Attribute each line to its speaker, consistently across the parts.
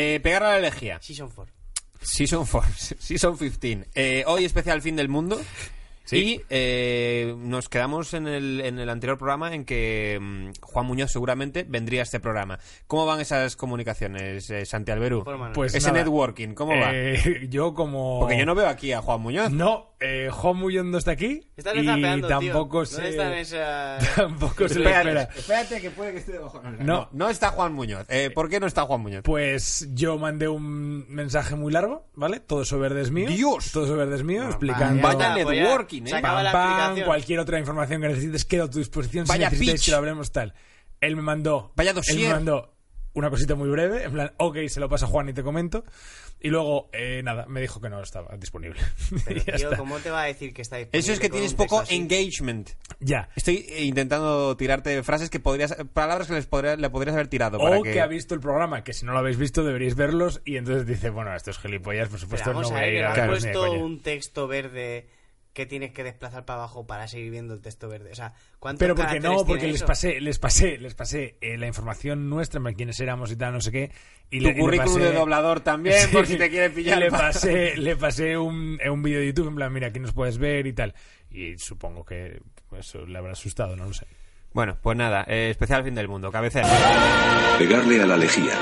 Speaker 1: Eh, pegar a la elegía.
Speaker 2: Season 4.
Speaker 1: Season 4, Season 15. Eh, hoy especial fin del mundo. Y eh, nos quedamos en el, en el anterior programa en que mm, Juan Muñoz seguramente vendría a este programa. ¿Cómo van esas comunicaciones, eh, Santi Alberú?
Speaker 2: Infórmanos.
Speaker 3: Pues
Speaker 1: Ese
Speaker 3: nada.
Speaker 1: networking, ¿cómo va?
Speaker 3: Eh, yo como...
Speaker 1: Porque yo no veo aquí a Juan Muñoz.
Speaker 3: No, eh, Juan Mullón no está aquí
Speaker 2: Están
Speaker 3: y
Speaker 2: zapeando, tío.
Speaker 3: tampoco se...
Speaker 2: ¿Dónde están esas...?
Speaker 3: Tampoco se le espera.
Speaker 1: espérate, que puede que esté debajo. No,
Speaker 3: No.
Speaker 1: no está Juan Muñoz. Eh, ¿Por qué no está Juan Muñoz?
Speaker 3: Pues yo mandé un mensaje muy largo, ¿vale? Todo eso verde es mío.
Speaker 1: Dios. Ah,
Speaker 3: Todo eso verde es mío, explicando...
Speaker 1: vaya
Speaker 2: Ya está, pues ya
Speaker 1: networking, ¿eh?
Speaker 2: Se acaba
Speaker 3: Pam,
Speaker 2: la
Speaker 3: pam,
Speaker 2: aplicación.
Speaker 3: cualquier otra información que necesites quedo a tu disposición si
Speaker 1: Vaya
Speaker 3: necesitáis
Speaker 1: pitch.
Speaker 3: que lo hablemos tal. Él me mandó,
Speaker 1: Vaya
Speaker 3: él
Speaker 1: dossier.
Speaker 3: me mandó una cosita muy breve, en plan, ok, se lo pasa a Juan y te comento. Y luego, eh, nada, me dijo que no estaba disponible. Y ya,
Speaker 2: Tío,
Speaker 3: está.
Speaker 2: ¿cómo te va a decir que está disponible
Speaker 1: Eso es que
Speaker 2: con
Speaker 1: tienes
Speaker 2: un
Speaker 1: poco
Speaker 2: texto así?
Speaker 1: engagement.
Speaker 3: Ya.
Speaker 1: Estoy eh, intentando tirarte frases que podrías. Palabras que les podría- le podrías haber tirado. para
Speaker 3: O que... ha visto el programa, que si no lo habéis visto deberíais verlos. Y entonces dice, bueno, estos gilipollas,
Speaker 2: Pero
Speaker 3: por supuesto,
Speaker 2: vamos
Speaker 3: no
Speaker 2: a
Speaker 3: voy a
Speaker 2: ver,
Speaker 3: ir
Speaker 2: que
Speaker 3: a
Speaker 2: le han
Speaker 3: verlos ni de
Speaker 2: puesto
Speaker 3: coña.
Speaker 2: un texto verde que tienes que desplazar para abajo para seguir viendo el texto verde. O sea, ¿cuántos
Speaker 3: Pero porque
Speaker 2: caracteres
Speaker 3: no, porque
Speaker 2: tiene
Speaker 3: les
Speaker 2: eso?
Speaker 3: pasé, les pasé, les pasé eh, la información nuestra, en plan, quiénes éramos y tal, no sé qué. Y
Speaker 1: Tu
Speaker 3: le- y le
Speaker 1: currículum
Speaker 3: pasé-
Speaker 1: de doblador también, por
Speaker 3: Sí.
Speaker 1: si te quiere pillar.
Speaker 3: Y le
Speaker 1: pa-
Speaker 3: pasé, le pasé un, eh, un vídeo de YouTube, en plan, mira, aquí nos puedes ver y tal. Y supongo que pues, eso le habrá asustado, no lo sé.
Speaker 1: Bueno, pues nada, eh, especial fin del mundo, cabecera.
Speaker 4: Pegarle a la lejía.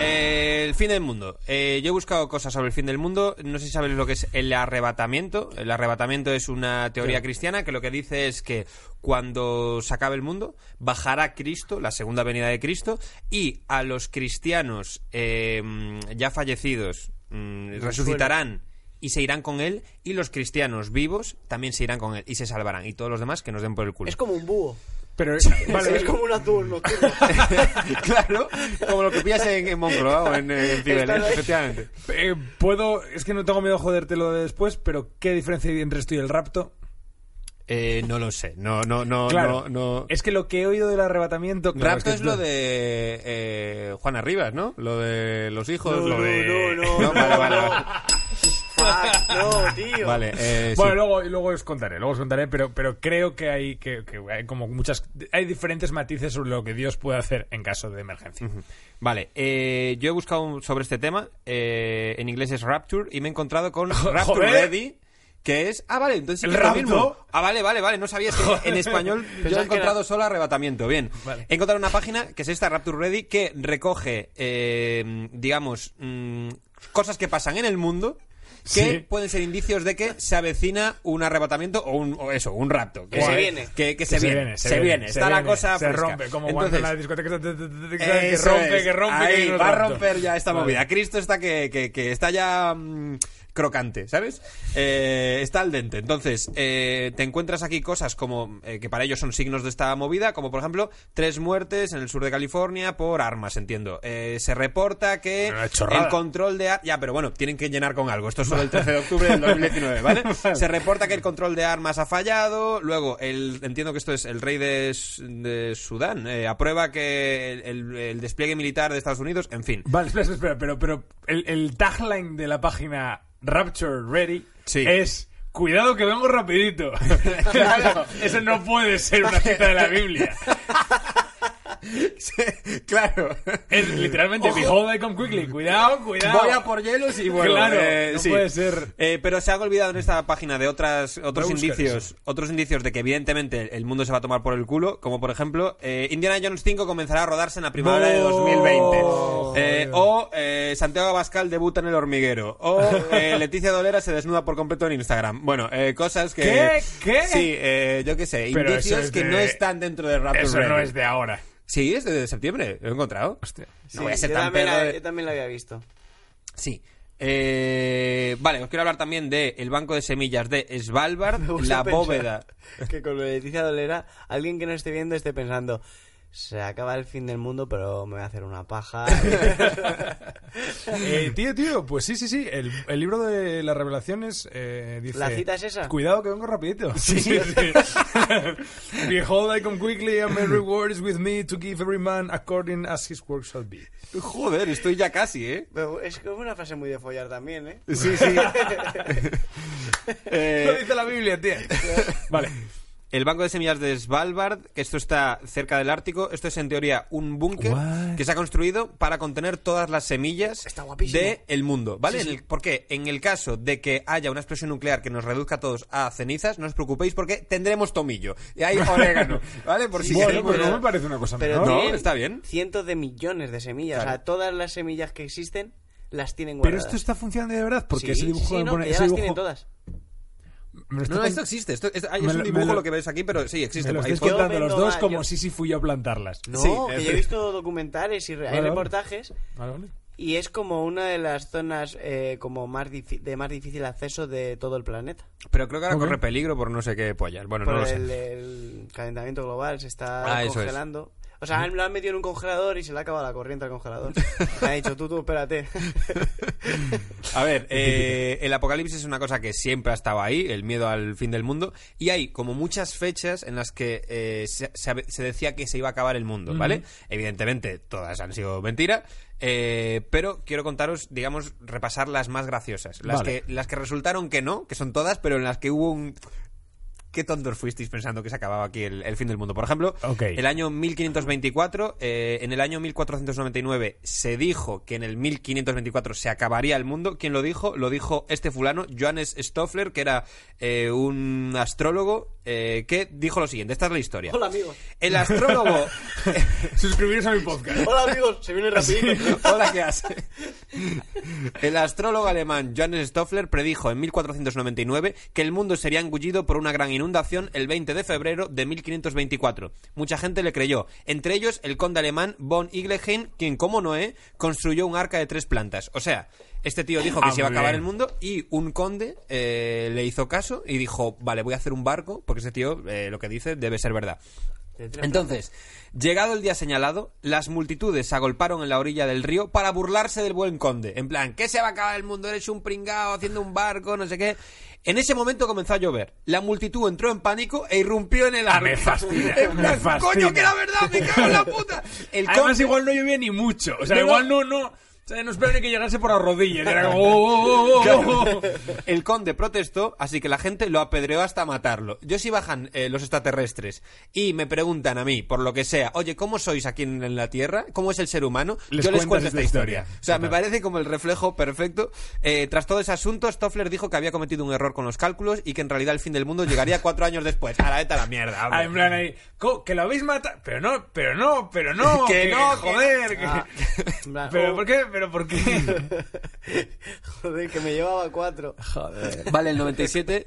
Speaker 1: Eh, el fin del mundo. Eh, yo he buscado cosas sobre el fin del mundo. No sé si sabéis lo que es el arrebatamiento. El arrebatamiento es una teoría cristiana que lo que dice es que cuando se acabe el mundo, bajará Cristo, la segunda venida de Cristo, y a los cristianos eh, mm, ya fallecidos mm, resucitarán y se irán con él, y los cristianos vivos también se irán con él y se salvarán, y todos los demás que nos den por el culo.
Speaker 2: Es como un búho.
Speaker 3: Pero,
Speaker 2: Sí, es como un atún nocturno.
Speaker 1: claro, como lo que pillas en, en Moncloa o en, eh, en Cibeles,
Speaker 2: Están ahí.
Speaker 1: efectivamente.
Speaker 3: eh, puedo, es que no tengo miedo de jodértelo de después, pero ¿qué diferencia hay entre esto y el rapto?
Speaker 1: Eh, no lo sé. No, no, no,
Speaker 3: Claro,
Speaker 1: no, no.
Speaker 3: es que lo que he oído del arrebatamiento. claro,
Speaker 1: Rapto
Speaker 3: que
Speaker 1: es lo de eh, Juana Rivas, ¿no? Lo de los hijos,
Speaker 2: No,
Speaker 1: lo
Speaker 2: no,
Speaker 1: de...
Speaker 2: no, no, no,
Speaker 1: vale, vale,
Speaker 2: no.
Speaker 1: vale.
Speaker 2: Fuck, Ah, no, tío.
Speaker 1: Vale, eh, sí.
Speaker 3: Bueno, luego, y luego os contaré, luego os contaré, pero, pero creo que hay, que, que hay como muchas, hay diferentes matices sobre lo que Dios puede hacer en caso de emergencia.
Speaker 1: Vale, eh, yo he buscado un- sobre este tema, eh, en inglés es Rapture, y me he encontrado con Rapture
Speaker 3: joder.
Speaker 1: Ready, que es... Ah, vale, entonces sí
Speaker 3: ¿El
Speaker 1: que es lo
Speaker 3: rapto?
Speaker 1: mismo. Ah, vale, vale, vale, no sabía es que en español yo he
Speaker 2: Pensaba que
Speaker 1: encontrado
Speaker 2: era-
Speaker 1: solo arrebatamiento, bien.
Speaker 3: Vale.
Speaker 1: He encontrado una página que es esta, Rapture Ready, que recoge, eh, digamos, mm, cosas que pasan en el mundo... Que
Speaker 3: Sí.
Speaker 1: pueden ser indicios de que se avecina un arrebatamiento o, un, o eso, un rapto.
Speaker 2: Que se viene.
Speaker 1: Que, que se, viene, se viene.
Speaker 3: se
Speaker 1: está la
Speaker 3: viene,
Speaker 1: cosa
Speaker 3: Se
Speaker 1: fresca.
Speaker 3: rompe, como cuando
Speaker 1: Entonces,
Speaker 3: en la discoteca ta, ta, ta, ta, ta, que
Speaker 1: eso
Speaker 3: rompe,
Speaker 1: es.
Speaker 3: que rompe,
Speaker 1: Ahí,
Speaker 3: que no es
Speaker 1: va a
Speaker 3: tanto.
Speaker 1: romper ya esta
Speaker 3: Vale.
Speaker 1: movida. Cristo está que, que- que está ya mm, crocante, ¿sabes? Eh, está al dente. Entonces, eh, te encuentras aquí cosas como eh, que para ellos son signos de esta movida, como por ejemplo, tres muertes en el sur de California por armas, entiendo. Eh, se reporta que
Speaker 3: Una chorrada.
Speaker 1: el control de ar- ya, pero bueno, tienen que llenar con algo. Esto es solo el 13 de octubre del 2019, ¿vale? Se reporta que el control de armas ha fallado. Luego, el, entiendo que esto es el rey de, S- de Sudán. eh, aprueba que el, el- el despliegue militar de Estados Unidos, en fin.
Speaker 3: Vale, espera, espera, espera, pero, pero el, el tagline de la página Rapture Ready
Speaker 1: Sí.
Speaker 3: es Cuidado que vengo rapidito. Eso no puede ser una cita de la Biblia.
Speaker 1: claro.
Speaker 3: Es literalmente, behold I come quickly. Cuidado, cuidado.
Speaker 1: Voy a por hielos y bueno,
Speaker 3: Claro,
Speaker 1: eh,
Speaker 3: no
Speaker 1: sí.
Speaker 3: puede ser.
Speaker 1: Eh, pero se ha olvidado en esta página de otras otros
Speaker 3: Voy a buscar
Speaker 1: indicios, otros indicios de que evidentemente el mundo se va a tomar por el culo, como por ejemplo eh, Indiana Jones 5 comenzará a rodarse en la primavera de 2020, Eh, o eh, Santiago Abascal debuta en el hormiguero, o eh, Leticia Dolera se desnuda por completo en Instagram. Bueno, eh, cosas que
Speaker 3: ¿Qué? ¿Qué?
Speaker 1: sí, eh, yo qué sé,
Speaker 3: Pero eso
Speaker 1: indicios
Speaker 3: es
Speaker 1: que
Speaker 3: de-
Speaker 1: no están dentro de Rapture
Speaker 3: Eso no
Speaker 1: Ready.
Speaker 3: es de ahora.
Speaker 1: Sí, es de septiembre, lo he encontrado.
Speaker 2: Sí,
Speaker 1: No voy a ser
Speaker 2: yo,
Speaker 1: tan
Speaker 2: también
Speaker 1: perro
Speaker 2: la,
Speaker 1: de-
Speaker 2: yo también la había visto.
Speaker 1: Sí. Eh, vale, os quiero hablar también de el banco de semillas de Svalbard,
Speaker 2: Me gusta
Speaker 1: la
Speaker 2: pensar
Speaker 1: bóveda.
Speaker 2: Que con lo de Leticia Dolera, alguien que no esté viendo esté pensando, se acaba el fin del mundo, pero me voy a hacer una paja.
Speaker 3: Eh, tío, tío, pues sí, sí, sí. El, el libro de las revelaciones eh, dice...
Speaker 2: ¿La cita es esa?
Speaker 3: Cuidado que vengo rapidito. Sí, sí. Behold, I come quickly and my reward is with me to give every man according as his work shall be.
Speaker 1: Joder, estoy ya casi, ¿eh?
Speaker 2: Pero es como una frase muy de follar también, ¿eh?
Speaker 1: Sí, sí.
Speaker 3: Lo dice la Biblia, tío. vale.
Speaker 1: Eh, el Banco de Semillas de Svalbard, que esto está cerca del Ártico. Esto es en teoría un búnker
Speaker 3: What?
Speaker 1: que se ha construido para contener todas las semillas
Speaker 2: Está guapísimo.
Speaker 1: del mundo. ¿Vale? En el- porque en el caso de que haya una explosión nuclear que nos reduzca a todos a cenizas, no os preocupéis porque tendremos tomillo. Y hay orégano. ¿Vale? Por si
Speaker 3: Bueno,
Speaker 1: queréis,
Speaker 3: pues
Speaker 1: pero-
Speaker 3: no me parece una cosa
Speaker 2: Pero
Speaker 3: menor.
Speaker 1: No,
Speaker 2: tienen
Speaker 1: está bien.
Speaker 2: Cientos de millones de semillas. O sea, todas las semillas que existen las tienen
Speaker 3: Pero
Speaker 2: guardadas.
Speaker 3: esto está funcionando de verdad, porque
Speaker 2: Sí,
Speaker 3: ese dibujo
Speaker 2: sí,
Speaker 3: me
Speaker 2: no,
Speaker 3: pone-
Speaker 2: que ya
Speaker 3: ese
Speaker 2: las
Speaker 3: dibujo-
Speaker 2: tienen todas.
Speaker 3: me lo
Speaker 1: No,
Speaker 3: está
Speaker 1: no,
Speaker 3: con-
Speaker 1: esto existe. Esto, esto- ay,
Speaker 3: pues Me
Speaker 1: es un
Speaker 3: lo- me
Speaker 1: dibujo
Speaker 3: lo-
Speaker 1: lo, que veis aquí, pero sí, existe. pues,
Speaker 3: me lo
Speaker 1: hay
Speaker 3: estáis
Speaker 1: fotos.
Speaker 2: Yo
Speaker 3: contando los
Speaker 2: vendo
Speaker 3: dos
Speaker 2: a-
Speaker 3: como
Speaker 2: yo-
Speaker 3: si sí fui yo a plantarlas.
Speaker 2: No,
Speaker 1: Sí,
Speaker 2: que
Speaker 1: es-
Speaker 2: yo he visto documentales y re- hay
Speaker 3: Vale, vale.
Speaker 2: reportajes
Speaker 3: Vale, vale.
Speaker 2: y es como una de las zonas eh, como más difi- de más difícil acceso de todo el planeta.
Speaker 1: Pero creo que ahora
Speaker 3: Ok.
Speaker 1: corre peligro por no sé qué pollas. Bueno,
Speaker 2: por
Speaker 1: no lo sé.
Speaker 2: el, el calentamiento global se está
Speaker 1: Ah, eso es.
Speaker 2: congelando. O sea, lo han metido en un congelador y se le ha acabado la corriente al congelador. Me ha dicho, tú, tú, espérate.
Speaker 1: A ver, eh, el apocalipsis es una cosa que siempre ha estado ahí, el miedo al fin del mundo, y hay como muchas fechas en las que eh, se, se- se decía que se iba a acabar el mundo, ¿vale? Evidentemente, todas han sido mentira, eh, pero quiero contaros, digamos, repasar las más graciosas, las,
Speaker 3: Vale.
Speaker 1: que, las que resultaron que no, que son todas, pero en las que hubo un... Qué tontos fuisteis pensando que se acababa aquí el, el fin del mundo. Por ejemplo,
Speaker 3: Ok.
Speaker 1: el año 1524, eh, en el año 1499 se dijo que en el 1524 se acabaría el mundo. ¿Quién lo dijo? Lo dijo este fulano, Johannes Stoffler, que era eh, un astrólogo, eh, que dijo lo siguiente. Esta es la historia.
Speaker 2: Hola, amigos.
Speaker 1: El astrólogo...
Speaker 3: Suscribiros a mi podcast.
Speaker 2: Hola, amigos. Se viene rapidito.
Speaker 1: Hola, ¿qué hace? El astrólogo alemán Johannes Stoffler predijo en 1499 que el mundo sería engullido por una gran inundación el 20 de febrero de 1524. Mucha gente le creyó, entre ellos el conde alemán von Igleheim, quien, como Noé, construyó un arca de tres plantas. O sea, este tío dijo que se iba a
Speaker 3: Hombre.
Speaker 1: acabar el mundo y un conde eh, le hizo caso y dijo, vale, voy a hacer un barco, porque ese tío eh, lo que dice debe ser verdad. Entonces, llegado el día señalado, las multitudes se agolparon en la orilla del río para burlarse del buen conde. En plan, ¿qué se va a acabar el mundo? Eres un pringao haciendo un barco, no sé qué. En ese momento comenzó a llover. La multitud entró en pánico e irrumpió en el arca.
Speaker 3: Ah, Me fascina,
Speaker 1: En plan,
Speaker 3: me fascina.
Speaker 1: ¡Coño, que la verdad! ¡Me cago en la puta! El
Speaker 3: Además,
Speaker 1: conde-
Speaker 3: igual no llovía ni mucho. O sea,
Speaker 1: No, no.
Speaker 3: igual no, no. O sea, no esperaba ni que llegase por las rodillas. Era como. "Oh, oh, oh, oh, oh".
Speaker 1: El conde protestó, así que la gente lo apedreó hasta matarlo. Yo si bajan eh, los extraterrestres y me preguntan a mí, por lo que sea, oye, ¿cómo sois aquí en, en la Tierra? ¿Cómo es el ser humano?
Speaker 3: Les
Speaker 1: Yo les
Speaker 3: cuentas
Speaker 1: cuento
Speaker 3: esta
Speaker 1: esta historia.
Speaker 3: historia.
Speaker 1: O sea, me
Speaker 3: Total.
Speaker 1: parece como el reflejo perfecto. Eh, tras todo ese asunto, Stoffler dijo que había cometido un error con los cálculos y que en realidad el fin del mundo llegaría cuatro años después. A la vete a la mierda, hombre.
Speaker 3: Ah, en plan ahí. "Co- Que lo habéis matado. Pero no, pero no, pero no.
Speaker 1: Que no, que-
Speaker 3: joder. que-
Speaker 2: Ah, en plan,
Speaker 3: Pero
Speaker 2: oh,
Speaker 3: por qué, pero por qué.
Speaker 2: Joder, que me llevaba cuatro. Joder.
Speaker 1: Vale, el 97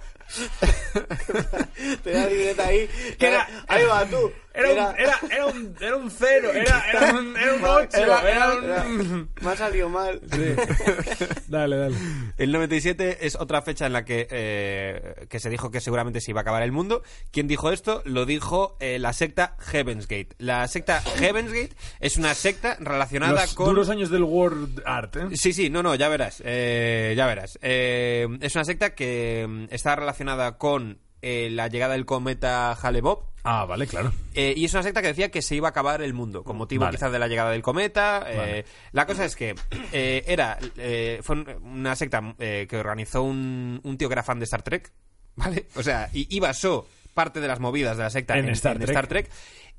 Speaker 2: Te da libreta ahí.
Speaker 3: Que era-
Speaker 2: ahí va tú.
Speaker 3: Era un, era, era un, era un cero, era, era un, era un ocho, era, un...
Speaker 2: era- Me ha salido mal.
Speaker 3: Dale, dale.
Speaker 1: El 97 es otra fecha en la que, eh, que se dijo que seguramente se iba a acabar el mundo. ¿Quién dijo esto? Lo dijo eh, la secta Heaven's Gate. La secta Heaven's Gate es una secta relacionada
Speaker 3: Los
Speaker 1: con...
Speaker 3: duros años del World Art, ¿eh?
Speaker 1: Sí, sí, no, no, ya verás, eh, ya verás. Eh, es una secta que mm, está relacionada con eh, la llegada del cometa Hale-Bopp,
Speaker 3: Ah, vale, claro.
Speaker 1: eh, y es una secta que decía que se iba a acabar el mundo, con motivo
Speaker 3: Vale.
Speaker 1: quizás de la llegada del cometa. eh,
Speaker 3: Vale.
Speaker 1: La cosa es que eh, era eh, fue un- una secta eh, que organizó un, un tío que era fan de Star Trek, ¿vale? O sea, y, y basó parte de las movidas de la secta
Speaker 3: En Star Trek.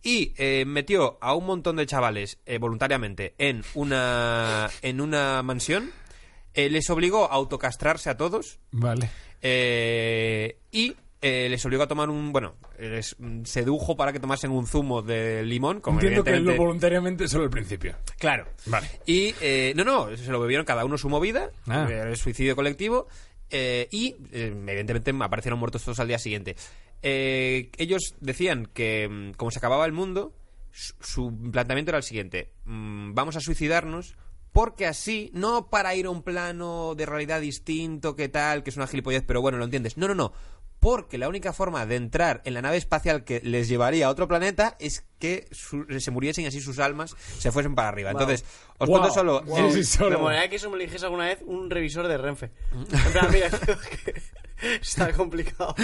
Speaker 1: y eh, metió a un montón de chavales eh, voluntariamente en una, en una mansión. eh, les obligó a autocastrarse a todos.
Speaker 3: Vale.
Speaker 1: Eh, y eh, les obligó a tomar un. Bueno, les mm, sedujo para que tomasen un zumo de limón. Como
Speaker 3: Entiendo que lo
Speaker 1: evidentemente-
Speaker 3: voluntariamente solo al principio.
Speaker 1: Claro.
Speaker 3: Vale.
Speaker 1: Y eh, no, no, se lo bebieron cada uno su movida.
Speaker 3: Ah.
Speaker 1: eh, el suicidio colectivo. eh, y eh, evidentemente aparecieron muertos todos al día siguiente. Eh, ellos decían que, mm, como se acababa el mundo, su, su planteamiento era el siguiente: mm, vamos a suicidarnos. Porque así, no para ir a un plano de realidad distinto, que tal, que es una gilipollez, pero bueno, lo entiendes. No, no, no. Porque la única forma de entrar en la nave espacial que les llevaría a otro planeta es que su- se muriesen y así sus almas se fuesen para arriba.
Speaker 2: Wow.
Speaker 1: Entonces, os
Speaker 3: Wow.
Speaker 1: cuento solo.
Speaker 3: Wow.
Speaker 1: el-
Speaker 3: Sí, solo.
Speaker 2: Me molaría que eso me lo dijese alguna vez un revisor de Renfe. En plan, mira, creo que está complicado.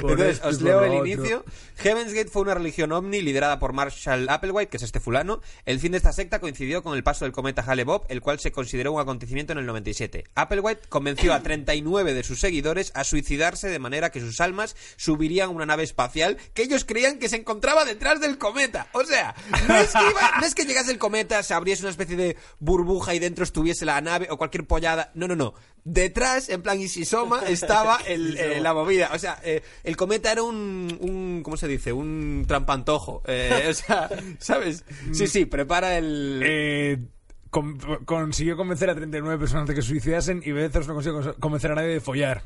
Speaker 3: Por
Speaker 1: Entonces,
Speaker 3: esto y
Speaker 1: os
Speaker 3: por
Speaker 1: leo
Speaker 3: lo
Speaker 1: el
Speaker 3: otro.
Speaker 1: inicio. Heaven's Gate fue una religión ovni liderada por Marshall Applewhite, que es este fulano. El fin de esta secta coincidió con el paso del cometa Hale-Bopp, el cual se consideró un acontecimiento en el 97. Applewhite convenció a 39 de sus seguidores a suicidarse de manera que sus almas subirían a una nave espacial que ellos creían que se encontraba detrás del cometa. O sea, no es que, iba- no es que llegase el cometa, se abriese una especie de burbuja y dentro estuviese la nave o cualquier pollada. No, no, no. Detrás, en plan Isisoma, estaba el, eh, la movida. O sea, eh, el cometa era un, un- ¿Cómo se dice? Un trampantojo. Eh, o sea, ¿sabes? Sí, sí, prepara el.
Speaker 3: Eh, con- consiguió convencer a 39 personas de que se suicidasen y Bezos no consiguió cons- convencer a nadie de follar.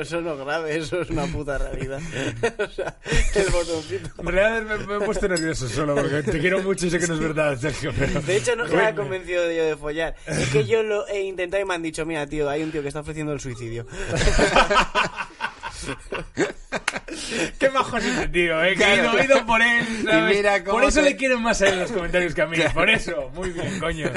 Speaker 2: Eso no es grave, eso es una puta realidad. O sea, el botoncito.
Speaker 3: En realidad me, me he puesto nervioso solo porque te quiero mucho y sé que no es verdad, Sergio. Pero...
Speaker 2: De hecho, no me había convencido de yo de follar. Es que yo lo he intentado y me han dicho, mira, tío, hay un tío que está ofreciendo el suicidio.
Speaker 3: Qué majo es este tío, eh. Que he
Speaker 1: Claro.
Speaker 3: ido- he ido por él, ¿sabes?
Speaker 1: Y mira cómo
Speaker 3: por eso
Speaker 1: te-
Speaker 3: le quieren más a él en los comentarios que a mí. Por eso. Muy bien, coño.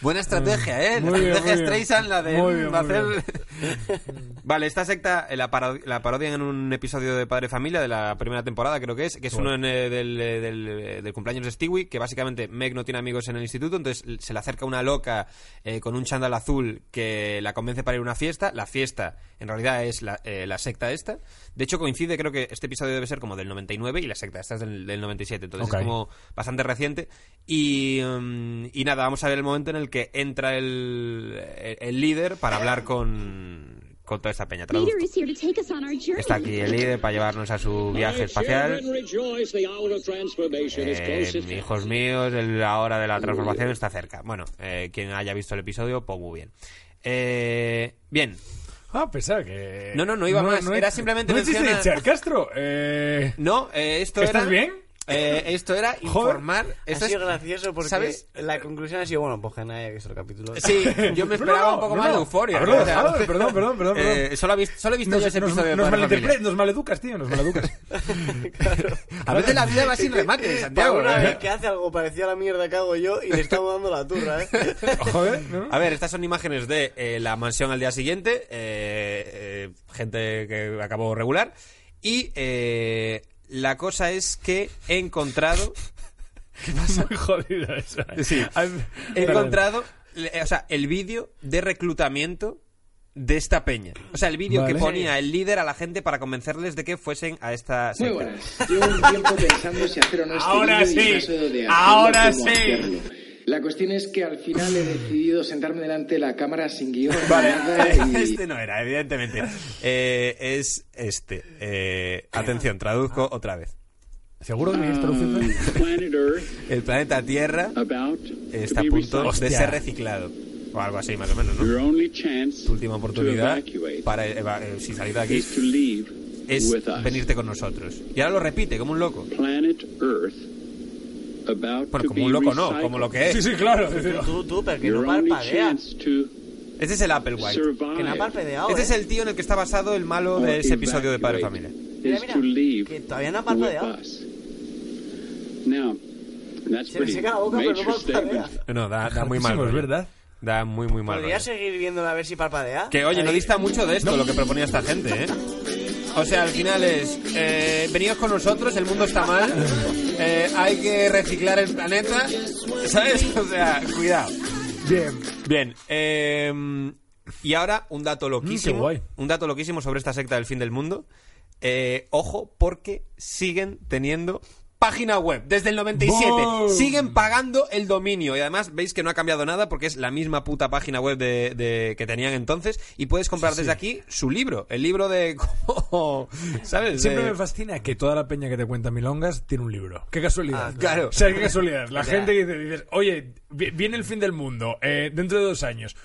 Speaker 1: Buena estrategia, ¿eh?
Speaker 3: Muy bien,
Speaker 1: la estrategia
Speaker 3: muy bien.
Speaker 1: Streisand, la de
Speaker 3: Muy bien,
Speaker 1: mm,
Speaker 3: muy
Speaker 1: hacer... vale, esta secta eh, la, paro- la parodian en un episodio de Padre Familia de la primera temporada, creo que es, que es uno en, eh, del, eh, del, eh, del cumpleaños de Stewie, que básicamente Meg no tiene amigos en el instituto, entonces l- se le acerca una loca eh, con un chándal azul que la convence para ir a una fiesta. La fiesta, en realidad, es la, eh, la secta esta. De hecho, coincide, creo que este episodio debe ser como del 99 y la secta esta es del, del 97, entonces
Speaker 3: Ok.
Speaker 1: es como bastante reciente. Y, mm, y nada, vamos a ver el momento en el que entra el, el- el líder para hablar con, con toda esta peña. Traduzco.
Speaker 5: Leader is here to take us on our journey.
Speaker 1: Está aquí el líder para llevarnos a su viaje espacial. Eh, hijos míos, el- la hora de la transformación está cerca. Bueno, eh, quien haya visto el episodio, pues muy bien. Eh, bien,
Speaker 3: Ah, pensaba que.
Speaker 1: No, no, no iba más.
Speaker 3: he-
Speaker 1: Era simplemente
Speaker 3: No existe
Speaker 1: menciona-
Speaker 3: Char Castro. Eh.
Speaker 1: no, eh, esto
Speaker 3: ¿Estás
Speaker 1: era...
Speaker 3: bien?
Speaker 1: eh, esto era informar... esto
Speaker 2: ha
Speaker 1: es-
Speaker 2: sido gracioso porque
Speaker 1: ¿Sabes?
Speaker 2: la conclusión ha sido, bueno, pues que nadie ha visto el capítulo.
Speaker 1: Sí, yo me
Speaker 3: No,
Speaker 1: esperaba
Speaker 3: no,
Speaker 1: un poco
Speaker 3: no,
Speaker 1: más de
Speaker 3: no.
Speaker 1: euforia.
Speaker 3: Haberlo
Speaker 1: ¿no? O sea,
Speaker 3: dejado, perdón, perdón, perdón, perdón.
Speaker 1: eh, solo, he visto, solo he visto yo
Speaker 3: Nos,
Speaker 1: ese
Speaker 3: nos,
Speaker 1: episodio de
Speaker 3: nos
Speaker 1: Padre
Speaker 3: malinterpre-
Speaker 1: Familia.
Speaker 3: nos maleducas, tío, nos maleducas.
Speaker 1: A veces la vida va sin remate,
Speaker 2: Para
Speaker 1: Santiago.
Speaker 2: una
Speaker 1: ¿eh?
Speaker 2: vez que hace algo parecido a la mierda que hago yo y le estamos dando la turra, ¿eh?
Speaker 3: Joder, ¿no?
Speaker 1: A ver, estas son imágenes de eh, la mansión al día siguiente, eh, eh, gente que acabó regular, y eh, la cosa es que he encontrado,
Speaker 3: Muy jodido eso. eh.
Speaker 1: Sí.
Speaker 3: Ay,
Speaker 1: he
Speaker 3: perdón.
Speaker 1: encontrado, eh, o sea, el vídeo de reclutamiento de esta peña. O sea, el vídeo
Speaker 3: Vale.
Speaker 1: que ponía el líder a la gente para convencerles de que fuesen a esta
Speaker 6: Muy
Speaker 1: secta.
Speaker 6: buenas. Llevo un tiempo pensando si hacer o no este
Speaker 3: Ahora
Speaker 6: vídeo y
Speaker 3: sí.
Speaker 6: en caso de hacerlo,
Speaker 3: Ahora
Speaker 6: cómo
Speaker 3: sí.
Speaker 6: hacerlo. La cuestión es que al final he decidido sentarme delante de la cámara sin guión. nada, y-
Speaker 1: Este no era, evidentemente. Eh, es este. Eh, atención, traduzco otra vez.
Speaker 3: ¿Seguro que quieres
Speaker 1: Mm.
Speaker 3: traducirlo?
Speaker 7: Planet Earth
Speaker 1: El planeta Tierra
Speaker 7: about
Speaker 1: está
Speaker 7: to
Speaker 1: a
Speaker 7: be
Speaker 1: punto
Speaker 7: recycled.
Speaker 1: de ser reciclado. O algo así, más o menos, ¿no?
Speaker 7: Your only chance
Speaker 1: Tu última oportunidad
Speaker 7: to evacuate
Speaker 1: para eva- eh, si salir de aquí
Speaker 7: is to leave
Speaker 1: es
Speaker 7: with us.
Speaker 1: venirte con nosotros. Y ahora lo repite, como un loco.
Speaker 7: Planet Earth
Speaker 1: Bueno,
Speaker 7: about to
Speaker 1: como
Speaker 7: be
Speaker 1: un loco no, como
Speaker 7: recycled.
Speaker 1: lo que
Speaker 3: Sí,
Speaker 1: es.
Speaker 3: sí, claro.
Speaker 2: Tú, tú, pero que no
Speaker 7: Your only
Speaker 2: parpadeas.
Speaker 7: chance to
Speaker 1: Este es el Applewhite.
Speaker 7: survive
Speaker 2: Que no ha parpadeado,
Speaker 1: Este
Speaker 2: ¿eh?
Speaker 1: es el tío en el que está basado el malo de
Speaker 7: or
Speaker 1: ese episodio de Padre
Speaker 7: evacuate
Speaker 1: Familia.
Speaker 7: is
Speaker 2: Mira,
Speaker 7: to
Speaker 2: mira,
Speaker 7: leave
Speaker 2: que todavía no ha
Speaker 7: with
Speaker 2: parpadeado.
Speaker 7: us. Now, that's
Speaker 2: Se le
Speaker 7: pretty
Speaker 2: seca la boca, pero no
Speaker 7: major
Speaker 2: parpadea.
Speaker 7: statement.
Speaker 1: No, no, da, da muy mal.
Speaker 3: Muchísimo, es
Speaker 1: rollo.
Speaker 3: verdad.
Speaker 1: Da muy, muy mal.
Speaker 2: ¿Podría
Speaker 1: rollo.
Speaker 2: seguir viéndola a ver si parpadea?
Speaker 1: Que oye, no
Speaker 2: Ahí.
Speaker 1: dista mucho de esto lo que proponía esta gente, ¿eh? O sea, al final es, eh, venidos con nosotros, el mundo está mal, eh, hay que reciclar el planeta, ¿sabes? O sea, cuidado.
Speaker 3: Bien.
Speaker 1: Bien, eh, y ahora un dato
Speaker 3: Mm, qué
Speaker 1: loquísimo,
Speaker 3: guay.
Speaker 1: un dato loquísimo sobre esta secta del fin del mundo. Eh, ojo, porque siguen teniendo página web desde el 97.
Speaker 3: ¡Bum!
Speaker 1: Siguen pagando el dominio y además veis que no ha cambiado nada porque es la misma puta página web de, de- que tenían entonces y puedes comprar desde aquí su libro, el libro de cómo, ¿sabes?
Speaker 3: Siempre
Speaker 1: De-
Speaker 3: me fascina que toda la peña que te cuenta milongas tiene un libro. Qué casualidad.
Speaker 1: Ah, claro.
Speaker 3: O sea, qué casualidad. La
Speaker 1: Ya.
Speaker 3: gente que dice, dices, oye, vi- viene el fin del mundo, eh, dentro de dos años,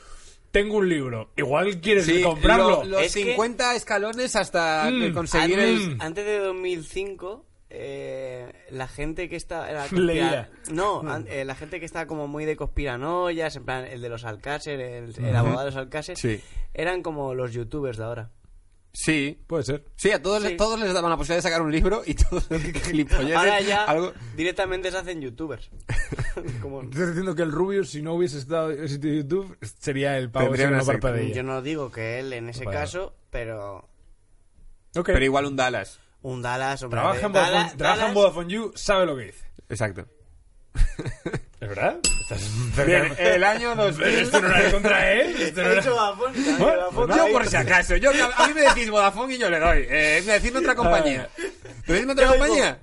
Speaker 3: tengo un libro, igual quieres
Speaker 1: Sí,
Speaker 3: comprarlo.
Speaker 1: lo- los
Speaker 2: Es que-
Speaker 1: 50 escalones hasta
Speaker 3: Mm,
Speaker 1: conseguir
Speaker 3: ah,
Speaker 1: el...
Speaker 3: mm.
Speaker 2: Antes de 2005, eh, la gente que estaba... era-
Speaker 3: Leía.
Speaker 2: No, an- eh, la gente que estaba como muy de conspiranoias, en plan, el de los Alcácer, el, el abogado de los Alcácer,
Speaker 1: Sí.
Speaker 2: eran como los youtubers de ahora.
Speaker 1: Sí,
Speaker 3: Puede ser.
Speaker 1: Sí, a todos,
Speaker 2: Sí.
Speaker 1: todos les daban la posibilidad de sacar un libro y todos gilipolleces.
Speaker 2: Ahora ya
Speaker 1: algo-
Speaker 2: directamente se hacen youtubers. Como-
Speaker 3: Estás diciendo que el Rubius, si no hubiese estado en YouTube, sería el pavo
Speaker 1: Tendría
Speaker 3: si
Speaker 1: una
Speaker 3: no
Speaker 1: secta.
Speaker 3: parpadeía.
Speaker 2: yo no digo que él en ese
Speaker 3: Vale.
Speaker 2: caso, pero
Speaker 3: Ok.
Speaker 1: Pero igual un Dallas.
Speaker 2: Un Dallas, hombre.
Speaker 3: Trabaja en
Speaker 2: Dala-
Speaker 3: Vodafone, trabaja en
Speaker 2: Dallas-
Speaker 3: Vodafone You, sabe lo que dice.
Speaker 1: Exacto.
Speaker 3: ¿Es verdad? Estás
Speaker 1: Bien, el año 2000.
Speaker 3: Esto no era contra él. Esto no
Speaker 2: He
Speaker 3: era...
Speaker 2: dicho Vodafone, claro,
Speaker 3: Bueno,
Speaker 2: Vodafone.
Speaker 1: Yo por si acaso, yo, a mí me decís Vodafone y yo le doy. Eh, me decís otra compañía. ¿Me decís Ah. otra
Speaker 2: Yo digo-
Speaker 1: compañía?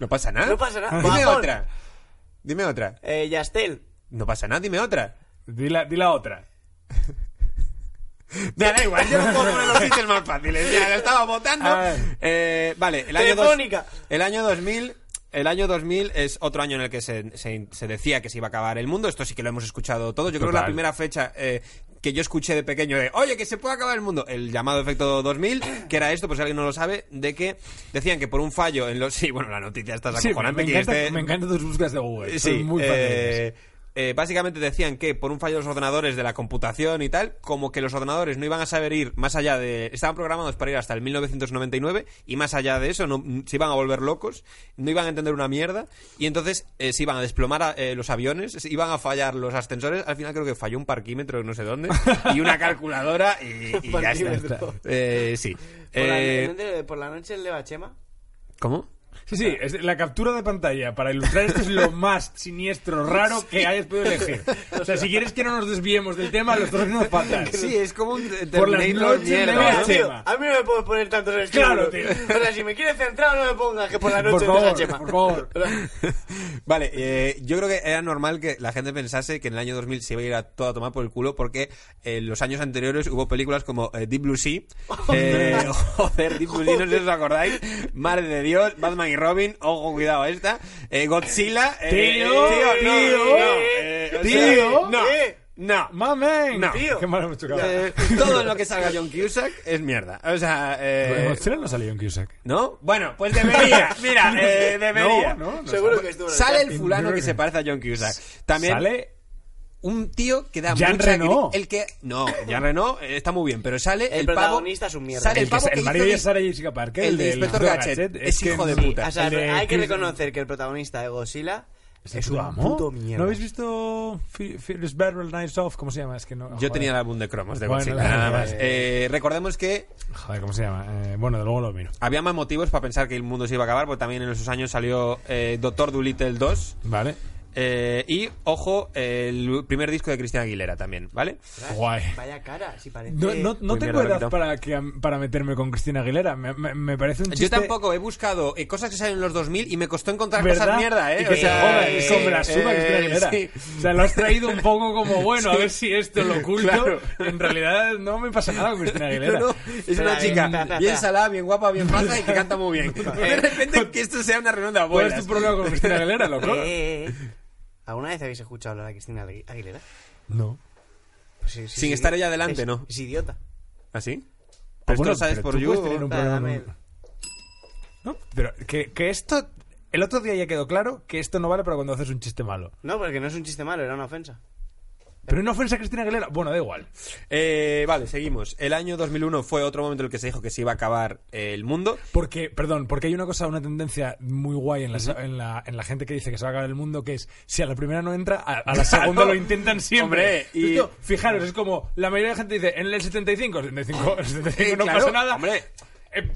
Speaker 1: No pasa nada.
Speaker 2: No pasa nada.
Speaker 1: Dime
Speaker 2: Vodafone.
Speaker 1: otra. Dime otra.
Speaker 2: Eh, Yastel.
Speaker 1: No pasa nada, dime otra.
Speaker 3: Di la, di la otra.
Speaker 1: Ya da igual, yo no puedo poner los sitios más fáciles. Ya lo estaba votando.
Speaker 3: A ver.
Speaker 1: Eh, vale, el año, dos-
Speaker 2: Telefónica.
Speaker 1: el año 2000. El año 2000 es otro año en el que se, se- se decía que se iba a acabar el mundo. Esto sí que lo hemos escuchado todo. Yo creo que es la
Speaker 3: Total.
Speaker 1: primera fecha eh, que yo escuché de pequeño de, oye, que se puede acabar el mundo. El llamado efecto 2000, que era esto, pues si alguien no lo sabe, de que decían que por un fallo en los... Sí, bueno, la noticia está
Speaker 3: Sí, me,
Speaker 1: acojonante. que
Speaker 3: encanta,
Speaker 1: este-
Speaker 3: me encantan tus búsquedas de Google. Soy
Speaker 1: Sí,
Speaker 3: muy fan de ellas.
Speaker 1: eh, eh, básicamente decían que por un fallo de los ordenadores de la computación y tal, como que los ordenadores no iban a saber ir más allá de... Estaban programados para ir hasta el 1999 y más allá de eso no, se iban a volver locos, no iban a entender una mierda y entonces eh, se iban a desplomar a- eh, los aviones, se iban a fallar los ascensores, al final creo que falló un parquímetro no sé dónde y una calculadora y, y ya está.
Speaker 2: Parquímetro.
Speaker 1: Eh, sí.
Speaker 2: Por, la-
Speaker 1: Eh,
Speaker 2: ¿no te- por la noche le va Chema.
Speaker 1: ¿Cómo?
Speaker 3: Sí, sí, es- la captura de pantalla para ilustrar esto es lo más siniestro, raro que hayas podido elegir. O sea, si quieres que no nos desviemos del tema, los dos nos faltan.
Speaker 1: Sí, es como un
Speaker 3: Por las Terminator noches de mierda, ¿no? VH.
Speaker 2: Tío,
Speaker 3: Chema.
Speaker 2: a mí no me puedes poner tantos
Speaker 3: Claro,
Speaker 2: estímulos.
Speaker 3: tío.
Speaker 2: O sea, si me quieres centrar, no me pongas que por la
Speaker 3: Por
Speaker 2: noche
Speaker 3: favor,
Speaker 2: deja Chema.
Speaker 3: por favor.
Speaker 1: Vale, eh, yo creo que era normal que la gente pensase que en el año 2000 se iba a ir a todo a tomar por el culo porque eh, en los años anteriores hubo películas como eh, Deep Blue Sea, eh, joder, Deep Blue Sea, no sé si os acordáis, Madre de Dios, Batman y Robin, ojo, cuidado a esta, eh, Godzilla, eh,
Speaker 3: Tío,
Speaker 1: eh, tío, no,
Speaker 3: tío,
Speaker 1: no, eh, o sea,
Speaker 3: tío,
Speaker 1: no,
Speaker 2: eh.
Speaker 1: no,
Speaker 3: ¡Mamen!
Speaker 1: No.
Speaker 3: Qué mal hemos chocado.
Speaker 1: Eh, todo lo que salga John Cusack es mierda, o sea, eh,
Speaker 3: Godzilla no salió en Cusack.
Speaker 1: ¿no? Bueno, pues debería, mira, eh, debería.
Speaker 3: No, no, no
Speaker 2: Seguro
Speaker 3: sale.
Speaker 2: que ¿eh? estuvo en el
Speaker 1: Sale
Speaker 2: casting.
Speaker 1: el fulano que se parece a John Cusack. También
Speaker 3: Sale
Speaker 1: un tío que da
Speaker 3: Jean
Speaker 1: mucha gri-
Speaker 3: Reno.
Speaker 1: el que no Jean Reno eh, está muy bien pero sale el,
Speaker 2: El
Speaker 1: pavo-
Speaker 2: protagonista es un mierda.
Speaker 1: sale el,
Speaker 3: el, que
Speaker 1: pavo
Speaker 3: sa- el
Speaker 1: que
Speaker 3: marido
Speaker 1: hizo
Speaker 3: de
Speaker 1: Dis-
Speaker 3: Sarah Jessica Parker,
Speaker 1: el de Inspector
Speaker 3: Inspector
Speaker 1: Gadget, es
Speaker 3: que
Speaker 1: hijo de
Speaker 3: sí.
Speaker 1: puta.
Speaker 2: O sea,
Speaker 3: El de
Speaker 2: hay que
Speaker 3: Chris-
Speaker 2: reconocer que el protagonista de Godzilla es,
Speaker 3: ¿Es
Speaker 2: un
Speaker 3: tu amo?
Speaker 2: puto mierda.
Speaker 3: ¿No habéis visto Fe- Fearless Barrel Nights Off? ¿Cómo se llama? Es que no.
Speaker 1: yo
Speaker 3: joder.
Speaker 1: tenía el álbum de cromos de
Speaker 3: Bueno,
Speaker 1: Godzilla
Speaker 3: vale,
Speaker 1: nada
Speaker 3: vale.
Speaker 1: más Eh, recordemos que
Speaker 3: Joder, ¿cómo se llama? Eh, bueno, de luego lo miro.
Speaker 1: había más motivos para pensar que el mundo se iba a acabar porque también en esos años salió eh, Doctor Dolittle 2
Speaker 3: Vale.
Speaker 1: eh, y ojo el primer disco de Cristina Aguilera también vale
Speaker 3: Guay.
Speaker 2: Vaya cara, si parece.
Speaker 3: No, no, no
Speaker 1: Uy,
Speaker 3: tengo
Speaker 1: mierda, lo he
Speaker 3: edad
Speaker 1: quitado.
Speaker 3: para, que, para meterme con Cristina Aguilera. Me, me- me parece un chiste.
Speaker 1: yo tampoco he buscado eh, cosas que salen en los 2000 y me costó encontrar
Speaker 3: ¿Verdad?
Speaker 1: cosas mierda eh
Speaker 3: Y que
Speaker 1: O
Speaker 3: se
Speaker 1: sea,
Speaker 3: jodan,
Speaker 1: eh,
Speaker 3: como la suba
Speaker 1: eh,
Speaker 3: Cristina Aguilera.
Speaker 1: sí.
Speaker 3: O sea, lo has traído un poco como, bueno, a ver si esto lo oculto.
Speaker 1: Claro.
Speaker 3: En realidad no me pasa nada con Cristina Aguilera.
Speaker 1: No, no, es
Speaker 2: Espera,
Speaker 1: una
Speaker 2: espera,
Speaker 1: chica
Speaker 2: espera.
Speaker 1: bien salada, bien guapa, bien maja y que canta muy bien. De repente que esto sea una reunión de
Speaker 3: ¿Cuál
Speaker 1: abuelas.
Speaker 3: es tu problema con Cristina Aguilera, loco?
Speaker 2: Eh, eh, eh. ¿Alguna vez habéis escuchado hablar a Cristina Agui- Aguilera?
Speaker 3: No.
Speaker 2: Pues sí, sí,
Speaker 1: Sin
Speaker 2: sí.
Speaker 1: estar ella delante,
Speaker 2: Es-
Speaker 1: ¿no?
Speaker 2: Es idiota.
Speaker 1: ¿Así?
Speaker 3: Ah,
Speaker 1: Pero esto
Speaker 3: bueno,
Speaker 1: lo sabes
Speaker 3: pero
Speaker 1: por
Speaker 3: tú
Speaker 1: You.
Speaker 3: puedes tener un
Speaker 2: Da,
Speaker 3: problema
Speaker 2: dame-
Speaker 3: con- No, pero que, que esto... El otro día ya quedó claro que esto no vale para cuando haces un chiste malo.
Speaker 2: No, porque no es un chiste malo, era una ofensa.
Speaker 3: Pero una ofensa a Cristina Aguilera, bueno, da igual.
Speaker 1: Eh, vale, seguimos. El año 2001 fue otro momento en el que se dijo que se iba a acabar eh, el mundo.
Speaker 3: Porque, perdón, porque hay una cosa, una tendencia muy guay en la, en la, en la gente que dice que se va a acabar el mundo, que es si a la primera no entra, a, a la segunda lo intentan siempre.
Speaker 1: Hombre, y-
Speaker 3: Esto, fijaros, es como la mayoría de gente dice en el 75, el 75, el 75
Speaker 1: Eh,
Speaker 3: no
Speaker 1: claro,
Speaker 3: pasa nada.
Speaker 1: hombre.
Speaker 3: Eh,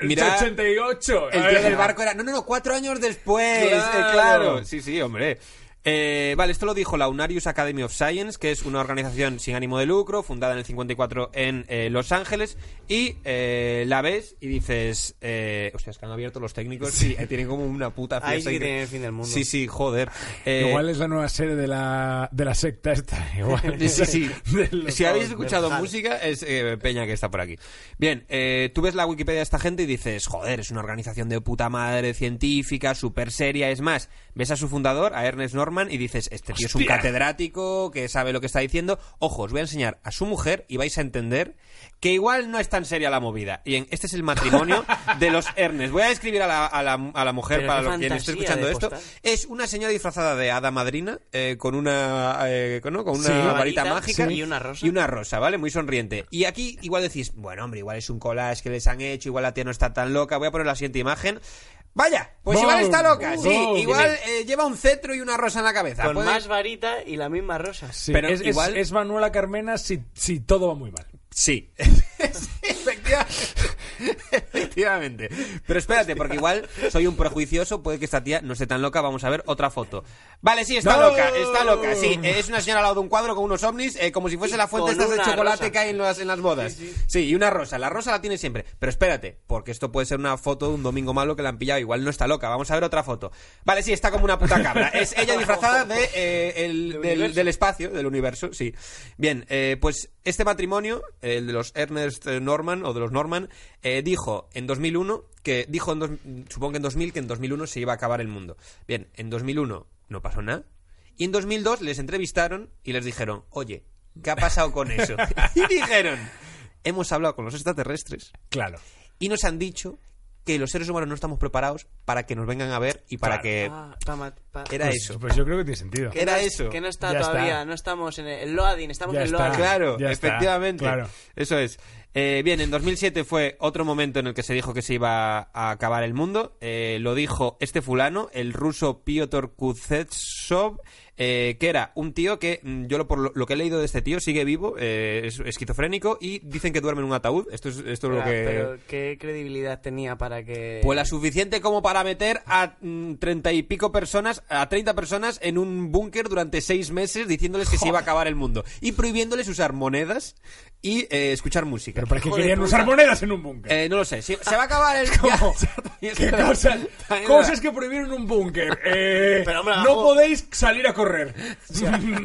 Speaker 3: el
Speaker 1: Mira,
Speaker 3: 88.
Speaker 1: El
Speaker 3: a
Speaker 1: tío
Speaker 3: ver.
Speaker 1: del barco era, no, no, no, cuatro años después.
Speaker 3: Claro.
Speaker 1: eh, claro. Sí, sí, hombre. Eh, vale, esto lo dijo la Unarius Academy of Science, que es una organización sin ánimo de lucro, fundada en el 54 en eh, Los Ángeles, y eh, la ves y dices, eh, hostias, que han abierto los técnicos sí. y eh, tienen como una puta fiesta.
Speaker 2: Ahí sí que
Speaker 1: incre-
Speaker 2: tienen el fin del mundo.
Speaker 1: Sí, sí, joder. Eh,
Speaker 3: Igual es la nueva serie de la, de la secta esta. Igual.
Speaker 1: Sí, sí.
Speaker 3: De los-
Speaker 1: Si habéis escuchado
Speaker 2: Jal.
Speaker 1: música, es eh, Peña que está por aquí. Bien, eh, tú ves la Wikipedia de esta gente y dices, joder, es una organización de puta madre científica, súper seria. Es más, ves a su fundador, a Ernest Norman, y dices, este tío es un
Speaker 3: Hostia.
Speaker 1: catedrático que sabe lo que está diciendo. Ojo, os voy a enseñar a su mujer y vais a entender que igual no es tan seria la movida. Y en- este es el matrimonio de los Ernest. Voy a describir a la, a la- a la mujer
Speaker 2: Pero
Speaker 1: para
Speaker 2: qué
Speaker 1: los quien esté
Speaker 2: fantasía
Speaker 1: escuchando
Speaker 2: de
Speaker 1: esto.
Speaker 2: postal.
Speaker 1: Es una señora disfrazada de hada madrina eh, con una eh, con, ¿no? con una
Speaker 2: Sí.
Speaker 1: varita,
Speaker 2: Varita,
Speaker 1: mágica
Speaker 2: sí. y una rosa.
Speaker 1: y una rosa, ¿vale? Muy sonriente. Y aquí igual decís, bueno, hombre, igual es un collage que les han hecho, igual la tía no está tan loca. Voy a poner la siguiente imagen. Vaya, pues
Speaker 3: Boom.
Speaker 1: igual está loca, sí.
Speaker 3: Boom.
Speaker 1: Igual eh, lleva un cetro y una rosa en la cabeza.
Speaker 2: Con
Speaker 1: Puede-
Speaker 2: más varita y la misma rosa.
Speaker 3: Sí,
Speaker 1: Pero
Speaker 3: es, es-
Speaker 1: igual-
Speaker 3: es Manuela Carmena si, si todo va muy mal.
Speaker 1: Sí. Efectiva- Efectivamente. Pero espérate, porque igual soy un prejuicioso, puede que esta tía no esté tan loca. Vamos a ver otra foto. Vale, sí, está
Speaker 3: ¡No!
Speaker 1: loca, está loca. Sí, eh, es una señora al lado de un cuadro con unos ovnis, eh, como si fuese la fuente
Speaker 2: con
Speaker 1: estas de
Speaker 2: una
Speaker 1: chocolate
Speaker 2: rosa.
Speaker 1: que hay en las, en las bodas. Sí, y una rosa. La rosa la tiene siempre. Pero espérate, porque esto puede ser una foto de un domingo malo que la han pillado. Igual no está loca. Vamos a ver otra foto. Vale, sí, está como una puta cabra. Es ella disfrazada de, eh, el- del, del espacio, del universo, sí. Bien, eh, pues este matrimonio, el de los Ernest eh, Norman o de los Norman, eh, dijo en 2001 que dijo en dos- supongo que en 2000 que en 2001 se iba a acabar el mundo. Bien, en 2001 no pasó nada. Y en 2002 les entrevistaron y les dijeron, oye, ¿qué ha pasado con eso? y dijeron, hemos hablado con los extraterrestres
Speaker 3: Claro.
Speaker 1: y nos han dicho que los seres humanos no estamos preparados para que nos vengan a ver y para
Speaker 3: Claro.
Speaker 2: Ah, pa- ma- pa-
Speaker 1: que... Era
Speaker 3: Pues-
Speaker 1: eso.
Speaker 3: Pues yo creo que tiene sentido.
Speaker 2: que
Speaker 1: era
Speaker 2: no es-
Speaker 1: eso.
Speaker 2: Que no está
Speaker 3: Ya está.
Speaker 2: todavía, no estamos en el, en Loading, estamos
Speaker 3: Ya
Speaker 2: en
Speaker 3: está.
Speaker 2: Loading.
Speaker 1: Claro,
Speaker 3: Ya está,
Speaker 1: efectivamente.
Speaker 3: claro.
Speaker 1: Eso es. Eh, bien, en 2007 fue otro momento en el que se dijo que se iba a acabar el mundo. Eh, lo dijo este fulano, el ruso Piotr Kuznetsov, eh, que era un tío que, mm, yo lo, por lo, lo que he leído de este tío, sigue vivo, eh, es esquizofrénico y dicen que duerme en un ataúd. Esto es, esto es lo
Speaker 2: Pero,
Speaker 1: que...
Speaker 2: pero ¿qué credibilidad tenía para que...?
Speaker 1: Pues la suficiente como para meter a mm, treinta y pico personas, a 30 personas en un búnker durante seis meses diciéndoles que se iba a acabar el mundo y prohibiéndoles usar monedas y eh, escuchar música.
Speaker 3: Pero para qué
Speaker 2: Hijo de
Speaker 3: querían
Speaker 1: pues
Speaker 2: puta.
Speaker 3: usar monedas en un búnker.
Speaker 1: Eh, no lo sé, si- se va a acabar el
Speaker 3: ¿Cómo?
Speaker 1: Ya-
Speaker 3: ¿Qué cosas?
Speaker 1: También
Speaker 3: Cosas que prohibieron un búnker. Eh,
Speaker 2: Pero, hombre,
Speaker 3: no
Speaker 2: abajo-
Speaker 3: podéis salir a correr.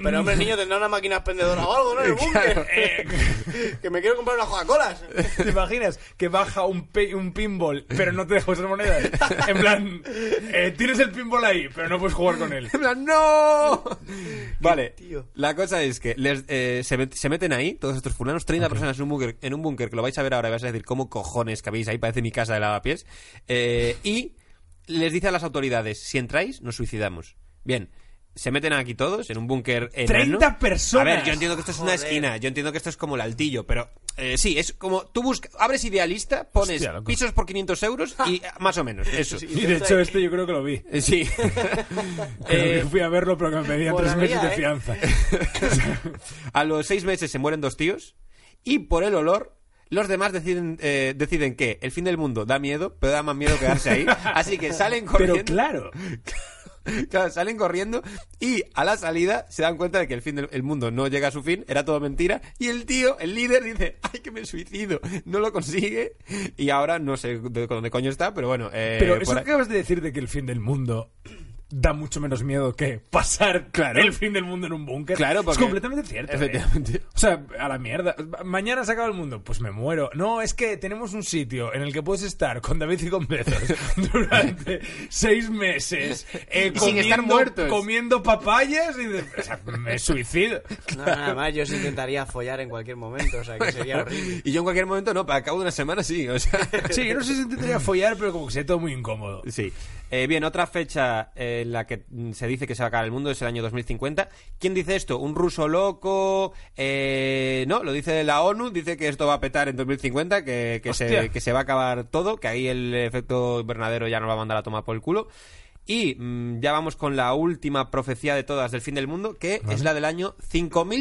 Speaker 2: Pero hombre, niño, tendrá una máquina expendedora o algo, ¿no? En el
Speaker 1: Claro.
Speaker 2: búnker. Eh, que me quiero comprar unas Coca-Colas.
Speaker 3: ¿Te imaginas que baja un, pe- un pinball, pero no te deja usar monedas? En plan, eh, tienes el pinball ahí, pero no puedes jugar con él.
Speaker 1: En plan, ¡No! Vale,
Speaker 2: tío.
Speaker 1: la cosa es que les, eh, se, met- se meten ahí, todos estos fulanos, 30 personas en un búnker, en un búnker, que lo vais a ver ahora y vais a decir, ¿cómo cojones cabéis ahí? Parece mi casa de lavapiés. Eh, y les dice a las autoridades, si entráis, nos suicidamos. Bien. Se meten aquí todos en un búnker enano.
Speaker 3: 30 personas.
Speaker 1: A ver, yo entiendo que esto es una
Speaker 2: Joder.
Speaker 1: esquina, yo entiendo que esto es como el altillo, pero eh, sí, es como tú buscas, abres idealista, pones
Speaker 3: Hostia, loco.
Speaker 1: pisos por 500 euros y más o menos, eso.
Speaker 2: Ah. Sí.
Speaker 3: Y de hecho, este yo creo que lo vi.
Speaker 1: Eh, Sí.
Speaker 3: Creo
Speaker 1: Eh,
Speaker 3: que fui a verlo, pero que me pedían tres
Speaker 2: molaría,
Speaker 3: meses de
Speaker 2: ¿eh?
Speaker 3: fianza.
Speaker 1: a los seis meses se mueren dos tíos y por el olor los demás deciden, eh, deciden que el fin del mundo da miedo, pero da más miedo quedarse ahí. Así que salen corriendo.
Speaker 3: Pero claro,
Speaker 1: Claro, salen corriendo y a la salida se dan cuenta de que el fin del el mundo no llega a su fin, era todo mentira. Y el tío, el líder, dice: ¡Ay, que me suicido! No lo consigue. Y ahora no sé de dónde coño está, pero bueno. eh,
Speaker 3: pero
Speaker 1: por
Speaker 3: eso
Speaker 1: ahí-
Speaker 3: que acabas de decir de que el fin del mundo da mucho menos miedo que pasar claro. el fin del mundo en un búnker.
Speaker 1: Claro, porque-
Speaker 3: Es completamente cierto. ¿eh?
Speaker 1: Efectivamente.
Speaker 3: O sea, a la mierda. Mañana se acaba el mundo. Pues me muero. No, es que tenemos un sitio en el que puedes estar con David y con Bezos durante seis meses eh,
Speaker 1: Y sin estar muertos.
Speaker 3: comiendo papayas y de- o sea, me suicido.
Speaker 2: No, nada más, yo os intentaría follar en cualquier momento, o sea, que sería horrible.
Speaker 1: Y yo en cualquier momento, no, para cabo de una semana sí. O sea.
Speaker 3: Sí, yo no sé si intentaría follar, pero como que sería todo muy incómodo.
Speaker 1: Sí. Eh, bien, otra fecha eh, en la que mm, se dice que se va a acabar el mundo es el año 2050. ¿Quién dice esto? ¿Un ruso loco? Eh, no, lo dice la ONU, dice que esto va a petar en 2050, que, que, se,
Speaker 3: Hostia.
Speaker 1: eh, que se va a acabar todo, que ahí el efecto invernadero ya nos va a mandar a tomar por el culo. Y mm, ya vamos con la última profecía de todas del fin del mundo, que es la del año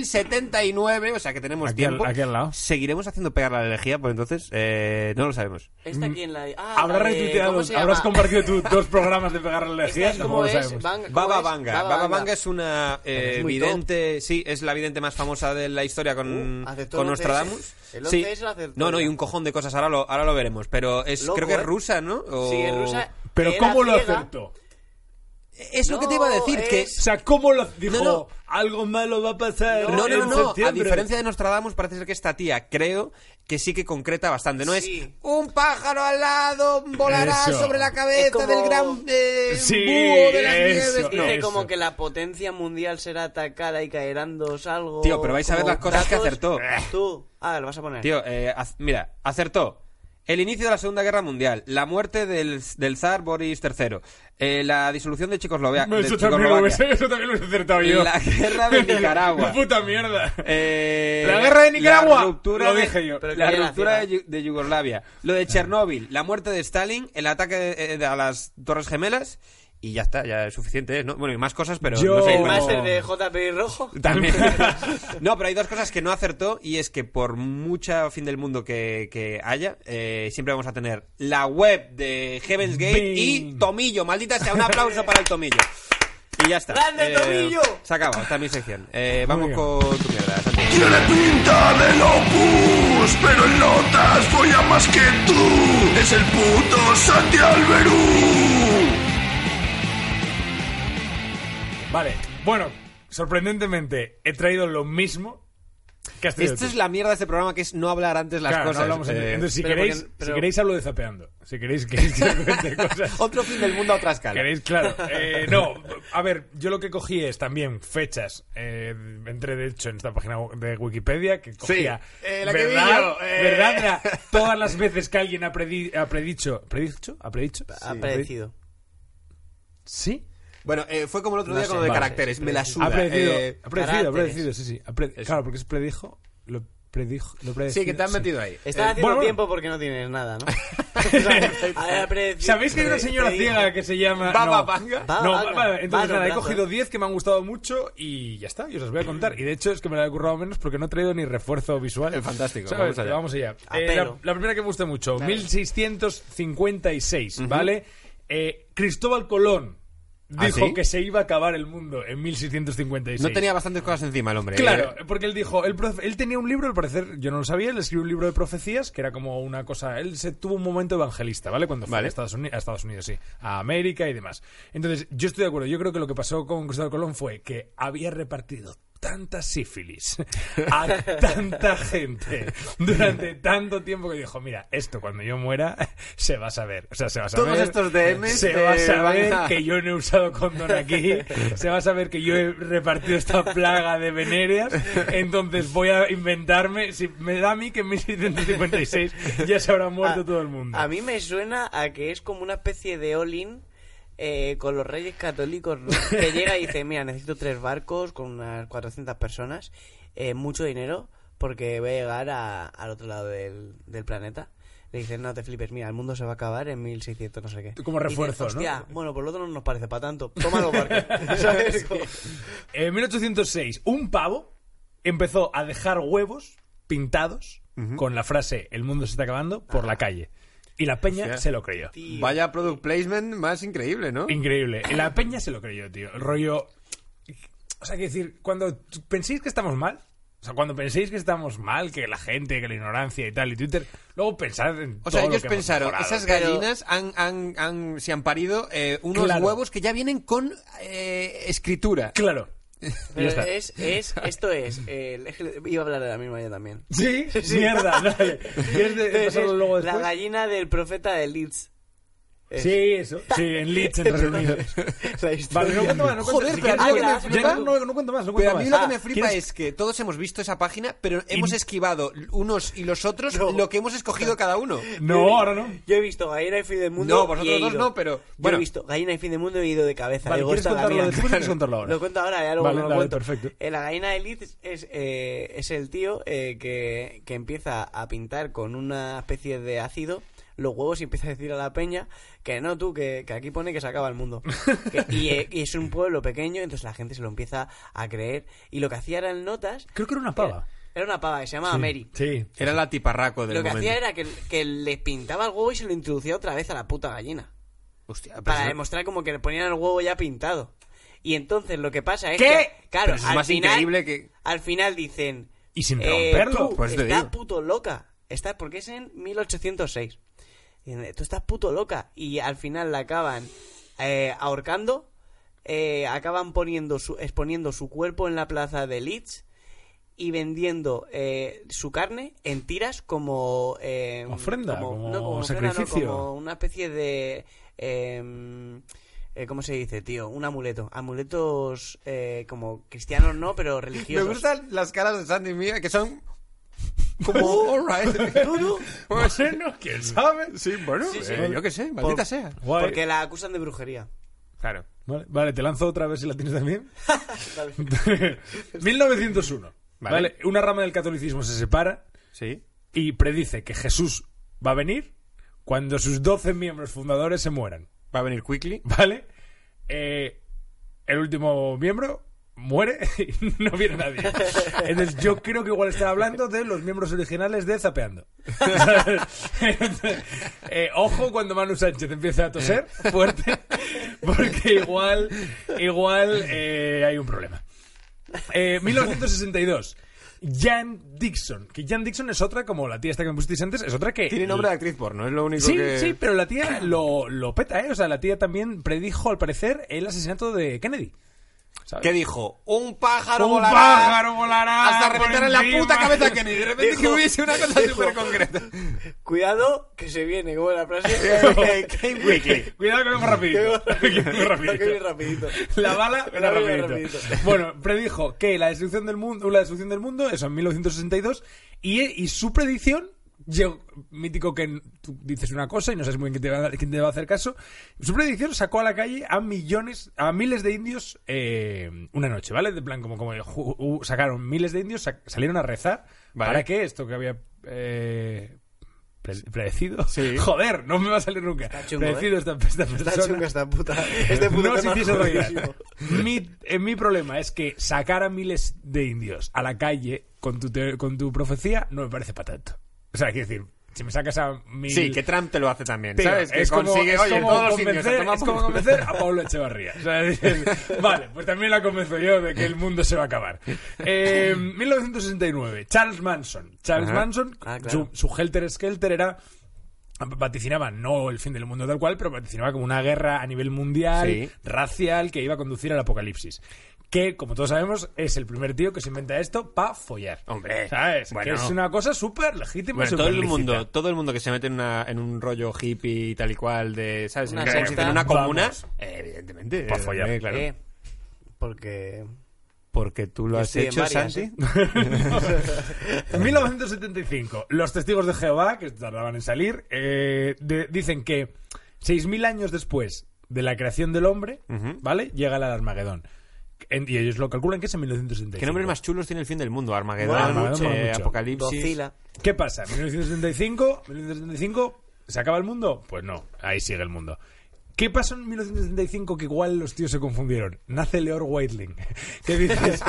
Speaker 1: 5079, o sea que tenemos
Speaker 3: Aquí al-
Speaker 1: tiempo.
Speaker 3: aquí al lado.
Speaker 1: ¿Seguiremos haciendo pegar la energía por entonces? Eh, no lo sabemos.
Speaker 2: Esta aquí en la... Ah,
Speaker 3: Habrás
Speaker 2: la de-
Speaker 3: retuiteado,
Speaker 2: ¿cómo se
Speaker 3: habrás
Speaker 2: llama?
Speaker 3: compartido tus dos programas de pegar la
Speaker 2: Esta
Speaker 3: lejía,
Speaker 2: es
Speaker 3: tampoco
Speaker 2: como
Speaker 3: lo
Speaker 2: es...
Speaker 3: sabemos.
Speaker 2: Bang- ¿cómo
Speaker 1: Baba
Speaker 2: es?
Speaker 1: Vanga. Baba Vanga es una eh,
Speaker 2: Es muy
Speaker 1: vidente, sí, es la vidente más famosa de la historia con,
Speaker 2: Uh, aceptó
Speaker 1: con
Speaker 2: el 11S.
Speaker 1: Nostradamus.
Speaker 2: El
Speaker 1: Sí.
Speaker 2: 11S lo aceptó
Speaker 1: No, no,
Speaker 2: ya.
Speaker 1: y un cojón de cosas, ahora lo, ahora lo veremos. Pero es,
Speaker 2: Loco,
Speaker 1: creo que es
Speaker 2: ¿eh?
Speaker 1: rusa, ¿no? O-
Speaker 2: Sí, es rusa.
Speaker 3: Pero
Speaker 2: era
Speaker 3: ¿cómo lo
Speaker 2: ciega.
Speaker 3: acertó?
Speaker 1: Es lo que te iba a decir,
Speaker 2: No,
Speaker 1: que...
Speaker 3: O
Speaker 2: es-
Speaker 3: sea, ¿cómo lo dijo?
Speaker 1: No, no.
Speaker 3: Algo malo va a pasar.
Speaker 1: No, no, no,
Speaker 3: en
Speaker 1: no. A
Speaker 3: septiembre"?
Speaker 1: diferencia de Nostradamus, parece ser que esta tía, creo, que sí que concreta bastante. No es
Speaker 2: Sí.
Speaker 1: un pájaro al lado volará
Speaker 3: Eso.
Speaker 1: sobre la cabeza
Speaker 2: Es como-
Speaker 1: del gran eh,
Speaker 3: Sí,
Speaker 1: búho de las
Speaker 3: eso.
Speaker 1: nieves.
Speaker 2: Dice
Speaker 3: No,
Speaker 2: como
Speaker 3: eso.
Speaker 2: que la potencia mundial será atacada y caerán dos algo...
Speaker 1: Tío, pero vais a ver
Speaker 2: como
Speaker 1: las cosas que
Speaker 2: datos.
Speaker 1: acertó.
Speaker 2: Tú... Ah, lo vas a poner.
Speaker 1: Tío, eh, ac- mira, acertó. El inicio de la Segunda Guerra Mundial, la muerte del, del zar Boris III, eh, la disolución de Checoslovea- de
Speaker 3: Eso
Speaker 1: Checoslovaquia,
Speaker 3: también, lo, eso también lo he acertado yo.
Speaker 1: La guerra de Nicaragua.
Speaker 3: La puta mierda.
Speaker 1: eh,
Speaker 3: La guerra de Nicaragua.
Speaker 1: la ruptura
Speaker 3: Lo
Speaker 1: de-
Speaker 3: dije yo.
Speaker 2: Pero que
Speaker 1: la
Speaker 2: era
Speaker 1: ruptura de,
Speaker 2: ciega.
Speaker 1: Yu- de Yugoslavia, lo de Chernóbil, la muerte de Stalin, el ataque eh, a las Torres Gemelas y ya está, ya es suficiente, ¿no? Bueno, y más cosas, pero
Speaker 3: Yo-
Speaker 1: no sé
Speaker 2: ¿El
Speaker 1: cuál-
Speaker 2: máster de JP Rojo?
Speaker 1: también. no, pero hay dos cosas que no acertó y es que por mucha fin del mundo que, que haya, eh, siempre vamos a tener la web de Heaven's Gate y
Speaker 3: Bing.
Speaker 1: Tomillo. Maldita sea, un aplauso para el Tomillo. Y ya está. Eh,
Speaker 2: ¡Grande, Tomillo!
Speaker 1: Se acaba, está mi sección. Eh, vamos
Speaker 3: bien.
Speaker 1: con tu mierda, Santi.
Speaker 5: Tiene pinta de locus, pero en notas folla más que tú. Es el puto Santi Alberú.
Speaker 3: Vale, bueno, sorprendentemente he traído lo mismo que has traído
Speaker 1: Esta
Speaker 3: tú.
Speaker 1: es la mierda de este programa que es no hablar antes las
Speaker 3: Claro, no
Speaker 1: cosas.
Speaker 3: hablamos en-
Speaker 1: Eh,
Speaker 3: Entonces, si
Speaker 2: pero
Speaker 3: queréis,
Speaker 2: porque- pero-
Speaker 3: si queréis hablo de zapeando. Si queréis que, que os cuente cosas.
Speaker 1: Otro fin del mundo a otra escala.
Speaker 3: ¿Queréis? Claro. Eh, no, a ver, yo lo que cogí es también fechas. Eh, entré, de hecho, en esta página de Wikipedia que cogía.
Speaker 2: eh, la que vi yo, eh.
Speaker 3: ¿verdad? Mira, todas las veces que alguien ha, predi- ha predicho. ¿Predicho? ¿Ha predicho?
Speaker 2: Ha
Speaker 1: Ah,
Speaker 2: predecido.
Speaker 3: ¿Sí?
Speaker 1: Bueno, eh, fue como el otro
Speaker 2: No
Speaker 1: día
Speaker 2: sé,
Speaker 1: con lo de
Speaker 2: vale.
Speaker 1: caracteres. Me la suda.
Speaker 3: Ha predecido.
Speaker 1: eh,
Speaker 3: ha predecido, ha
Speaker 2: caracteres.
Speaker 3: predecido, sí, sí. ha pre- Claro, porque es predijo. Lo predijo. Lo predecido,
Speaker 1: sí, que te han metido ahí.
Speaker 2: Estás
Speaker 3: Eh,
Speaker 2: haciendo
Speaker 3: bueno, bueno.
Speaker 2: tiempo porque no tienes nada, ¿no? A ver, ha predecido-
Speaker 3: ¿Sabéis que hay una
Speaker 2: pre-
Speaker 3: señora
Speaker 2: predijo.
Speaker 3: ciega que se llama.
Speaker 1: Baba
Speaker 3: no.
Speaker 1: Vanga?
Speaker 2: Baba
Speaker 3: No,
Speaker 2: Vanga.
Speaker 3: vale, entonces
Speaker 2: Vale,
Speaker 3: nada, he
Speaker 2: brazo,
Speaker 3: cogido
Speaker 2: eh.
Speaker 3: 10 que me han gustado mucho y ya está, y os las voy a contar. Y de hecho es que me la he currado menos porque no he traído ni refuerzo visual.
Speaker 1: Eh, fantástico,
Speaker 3: ¿Sabes?
Speaker 1: vamos allá.
Speaker 3: Eh,
Speaker 2: A
Speaker 3: la,
Speaker 2: pelo.
Speaker 3: la primera que me gusta mucho, 1656, ¿vale? Eh, Cristóbal Colón
Speaker 1: ¿Ah,
Speaker 3: dijo
Speaker 1: sí?
Speaker 3: que se iba a acabar el mundo en 1656.
Speaker 1: No tenía bastantes cosas encima el hombre.
Speaker 3: Claro,
Speaker 1: eh.
Speaker 3: porque él dijo, él, profe- él tenía un libro, al parecer, yo no lo sabía, él escribió un libro de profecías que era como una cosa, él se tuvo un momento evangelista, ¿vale? Cuando fue
Speaker 1: Vale.
Speaker 3: a, Estados Unidos, a Estados Unidos, sí, a América y demás. Entonces, yo estoy de acuerdo, yo creo que lo que pasó con Cristóbal Colón fue que había repartido tanta sífilis a tanta gente durante tanto tiempo que dijo, mira, esto cuando yo muera se va a saber, o sea, se va a saber,
Speaker 1: Todos estos DMs
Speaker 3: se
Speaker 1: te
Speaker 3: va a saber
Speaker 1: van a-
Speaker 3: que yo no he usado condón aquí, se va a saber que yo he repartido esta plaga de venereas, entonces voy a inventarme, si me da a mí que en 1656 ya se habrá muerto
Speaker 2: A-
Speaker 3: todo el mundo.
Speaker 2: A mí me suena a que es como una especie de all-in eh, con los reyes católicos ¿no? que llega y dice, mira, necesito tres barcos con unas 400 personas, eh, mucho dinero, porque voy a llegar a- al otro lado del, del planeta. Le dicen, no te flipes, mira, el mundo se va a acabar en 1600, no sé qué.
Speaker 3: Como
Speaker 2: Y dices,
Speaker 3: refuerzos, ¿no?
Speaker 2: "Hostia, bueno, por lo otro no nos parece para tanto. Toma los barcos. ¿Sabes? Como-
Speaker 3: En 1806, un pavo empezó a dejar huevos pintados con la frase el mundo se está acabando por la calle. Y la peña
Speaker 1: Hostia.
Speaker 3: se lo creyó.
Speaker 2: Tío.
Speaker 1: Vaya product placement más increíble, ¿no?
Speaker 3: Increíble. La peña se lo creyó, tío. El rollo. O sea, que decir, cuando t- penséis que estamos mal. O sea, cuando penséis que estamos mal, que la gente, que la ignorancia y tal, y Twitter, luego pensad en.
Speaker 1: O sea,
Speaker 3: todo lo
Speaker 1: ellos
Speaker 3: que hemos
Speaker 1: pensaron,
Speaker 3: mejorado.
Speaker 1: esas
Speaker 2: pero-
Speaker 1: gallinas han, han, han- se han parido eh, unos
Speaker 3: Claro.
Speaker 1: huevos que ya vienen con eh, escritura.
Speaker 3: Claro. Y ya
Speaker 2: Pero
Speaker 3: está.
Speaker 2: es, es, esto es, eh, iba a hablar de la misma yo también.
Speaker 3: Sí, mierda. dale. ¿Quieres de-
Speaker 2: Entonces,
Speaker 3: pasarlo luego
Speaker 2: la
Speaker 3: después?
Speaker 2: gallina del profeta de Leeds. Es-
Speaker 3: Sí, eso. Sí, en Leeds, en Reino Unido.
Speaker 2: La historia.
Speaker 3: Vale, no cuento más, no cuento
Speaker 1: Joder,
Speaker 3: si
Speaker 1: pero
Speaker 3: quieres-
Speaker 1: a mí lo que
Speaker 3: Ah,
Speaker 1: me
Speaker 3: ya
Speaker 1: flipa-
Speaker 3: no, no, no cuento más, no cuento
Speaker 1: Pero a
Speaker 3: más.
Speaker 1: mí lo que
Speaker 3: Ah,
Speaker 1: me flipa
Speaker 3: ¿quieres-
Speaker 1: es que todos hemos visto esa página, pero hemos esquivado unos y los otros
Speaker 2: No.
Speaker 1: lo que hemos escogido cada uno.
Speaker 3: No, ahora no.
Speaker 2: Yo he visto Gallina y Fin del Mundo.
Speaker 1: No, vosotros
Speaker 2: y he
Speaker 1: dos
Speaker 2: ido.
Speaker 1: no, pero,
Speaker 2: Yo
Speaker 1: bueno.
Speaker 2: he visto Gallina y Fin del Mundo y he ido de cabeza.
Speaker 3: Vale,
Speaker 2: Digo,
Speaker 3: ¿quieres
Speaker 2: "Esta es la
Speaker 3: contarlo
Speaker 2: mía".
Speaker 3: después o quieres contarlo ahora?
Speaker 2: Lo cuento ahora, ya luego
Speaker 3: Vale,
Speaker 2: lo
Speaker 3: dale,
Speaker 2: cuento.
Speaker 3: perfecto.
Speaker 2: Eh, la gallina de Leeds es, eh, es el tío eh, que, que empieza a pintar con una especie de ácido los huevos y empieza a decir a la peña que no tú, que, que aquí pone que se acaba el mundo. Que- y, eh, y es un pueblo pequeño, entonces la gente se lo empieza a creer. Y lo que hacía eran notas.
Speaker 3: Creo que era una pava.
Speaker 2: Era una pava que se llamaba Mary.
Speaker 3: Sí.
Speaker 1: Era la tiparraco del
Speaker 2: Lo que
Speaker 1: momento.
Speaker 2: hacía era que, que le pintaba el huevo y se lo introducía otra vez a la puta gallina.
Speaker 1: Hostia, pero
Speaker 2: Para
Speaker 1: eso-
Speaker 2: demostrar como que le ponían el huevo ya pintado. Y entonces lo que pasa es
Speaker 1: ¿Qué?
Speaker 2: que. Claro,
Speaker 1: Pero eso es
Speaker 2: al
Speaker 1: más
Speaker 2: final,
Speaker 1: increíble que-
Speaker 2: Al final dicen.
Speaker 3: Y sin
Speaker 2: eh,
Speaker 3: romperlo.
Speaker 2: tú
Speaker 1: Pues te
Speaker 2: estás
Speaker 1: digo.
Speaker 2: puto loca. Estás, porque es en 1806. Dicen, Tú estás puto loca. Y al final la acaban eh, ahorcando. eh, acaban poniendo su, exponiendo su cuerpo en la plaza de Leeds. Y vendiendo eh, su carne en tiras como. eh,
Speaker 3: Ofrenda, como
Speaker 2: ofrenda, no,
Speaker 3: sacrificio.
Speaker 2: como una especie de. eh, eh, ¿Cómo se dice, tío? Un amuleto. Amuletos eh, como cristianos no, pero
Speaker 1: Me
Speaker 2: religiosos.
Speaker 1: gustan las caras de Sandy y mía que son como
Speaker 5: Oh,
Speaker 1: alright.
Speaker 3: Bueno, quién sabe.
Speaker 1: Sí, bueno, eh, yo qué sé, maldita sea.
Speaker 3: Guay.
Speaker 2: Porque la acusan de brujería.
Speaker 1: Claro.
Speaker 3: Vale, vale, te lanzo otra vez si la tienes también. 1901. Vale.
Speaker 1: Vale.
Speaker 3: una rama del catolicismo se separa
Speaker 1: Sí.
Speaker 3: y predice que Jesús va a venir cuando sus 12 miembros fundadores se mueran.
Speaker 1: Va a venir Quickly.
Speaker 3: ¿Vale? eh, el último miembro muere y no viene nadie. Entonces yo creo que igual está hablando de los miembros originales de Zapeando. Entonces, eh, ojo cuando Manu Sánchez empieza a toser fuerte, porque igual, igual eh, hay un problema. Eh, 1962. Jan Dixon, que Jan Dixon es otra, como la tía esta que me pusisteis antes, es otra que...
Speaker 5: Tiene nombre de actriz porno, es lo único
Speaker 3: Sí,
Speaker 5: que...
Speaker 3: sí, pero la tía lo, lo peta, ¿eh? O sea, la tía también predijo, al parecer, el asesinato de Kennedy. ¿sabes?
Speaker 5: ¿Qué dijo? Un pájaro
Speaker 3: Un
Speaker 5: volará.
Speaker 3: pájaro volará
Speaker 5: Hasta
Speaker 3: por
Speaker 5: reventar en la
Speaker 3: encima.
Speaker 5: puta cabeza a Kenny. De repente que
Speaker 2: Dijo-
Speaker 5: hubiese una cosa
Speaker 2: dijo-
Speaker 5: súper concreta.
Speaker 2: Cuidado, que se viene, como la frase.
Speaker 5: Eh, Game Weekly.
Speaker 3: Cuidado que vamos rapidito. Que vamos rapidito.
Speaker 2: Que viene rapidito.
Speaker 3: La bala
Speaker 2: La
Speaker 3: era
Speaker 2: bala era
Speaker 3: rapidito.
Speaker 2: rapidito.
Speaker 3: Bueno, predijo que la destrucción del mundo, la destrucción del mundo, eso en 1962, y, y su predicción, llegó- mítico que tú dices una cosa y no sabes muy bien quién te, va, a- quién te va a hacer caso, su predicción sacó a la calle a millones, a miles de indios eh, una noche, ¿vale? De plan, como, como ju- ju- sacaron miles de indios, sa- salieron a rezar
Speaker 5: Vale.
Speaker 3: para que esto que había... eh, pre- predecido.
Speaker 5: Sí.
Speaker 3: Joder, no me va a salir nunca.
Speaker 2: chungo, ¿eh?
Speaker 3: predecido esta, esta persona.
Speaker 2: Está chunga esta puta. Este puto
Speaker 3: No se
Speaker 2: tema es
Speaker 3: hiciese realidad.
Speaker 2: jodidísimo.
Speaker 3: Mi, eh, mi problema es que sacar a miles de indios a la calle con tu, te- con tu profecía no me parece para tanto. O sea, quiero decir, si me sacas a mil...
Speaker 5: Sí, que Trump te lo hace también,
Speaker 3: Pero
Speaker 5: ¿sabes? Que
Speaker 3: es como,
Speaker 5: consigue,
Speaker 3: es
Speaker 5: oye,
Speaker 3: como
Speaker 5: todos los indios
Speaker 3: convencer,
Speaker 5: a tomar
Speaker 3: es como
Speaker 5: por culo.
Speaker 3: convencer a Pablo Echevarría. O sea, dices, vale, pues también la convenzo yo de que el mundo se va a acabar. Eh, 1969, Charles Manson. Charles
Speaker 5: Ajá.
Speaker 3: Manson,
Speaker 2: Ah,
Speaker 3: su,
Speaker 2: claro.
Speaker 3: su Helter Skelter era vaticinaba no el fin del mundo tal cual, pero vaticinaba como una guerra a nivel mundial,
Speaker 5: Sí.
Speaker 3: racial, que iba a conducir al apocalipsis. Que, como todos sabemos, es el primer tío que se inventa esto para follar.
Speaker 5: Hombre,
Speaker 3: ¿sabes? Que
Speaker 5: bueno.
Speaker 3: es una cosa súper legítima.
Speaker 5: Bueno, todo
Speaker 3: súper
Speaker 5: el mundo,
Speaker 3: lícita.
Speaker 5: todo el mundo que se mete en, una- en un rollo hippie y tal y cual de, ¿sabes? En
Speaker 2: Una
Speaker 5: una, en
Speaker 2: secta.
Speaker 5: una comuna,
Speaker 3: Vamos.
Speaker 5: eh, evidentemente,
Speaker 3: Pa'
Speaker 5: eh,
Speaker 3: follar.
Speaker 5: eh, claro.
Speaker 2: Eh, porque.
Speaker 5: Porque tú lo has
Speaker 2: estoy en
Speaker 5: hecho,
Speaker 2: varias, eh.
Speaker 5: Santi.
Speaker 3: En 1975, los testigos de Jehová, que tardaban en salir, eh, de- dicen que 6.000 años después de la creación del hombre, ¿vale? Llega el Armagedón. En- y ellos lo calculan que es en 1975.
Speaker 5: ¿Qué nombres más chulos tiene el fin del mundo? Armagedón,
Speaker 2: Mola
Speaker 3: mucho,
Speaker 5: eh,
Speaker 3: mola mucho.
Speaker 5: Apocalipsis.
Speaker 2: Godzilla.
Speaker 3: ¿Qué pasa? ¿En 1975? 1975 ¿Se acaba el mundo? Pues no, ahí sigue el mundo. ¿Qué pasó en 1975 que igual los tíos se confundieron? Nace Leor Whiteling. ¿Qué dices?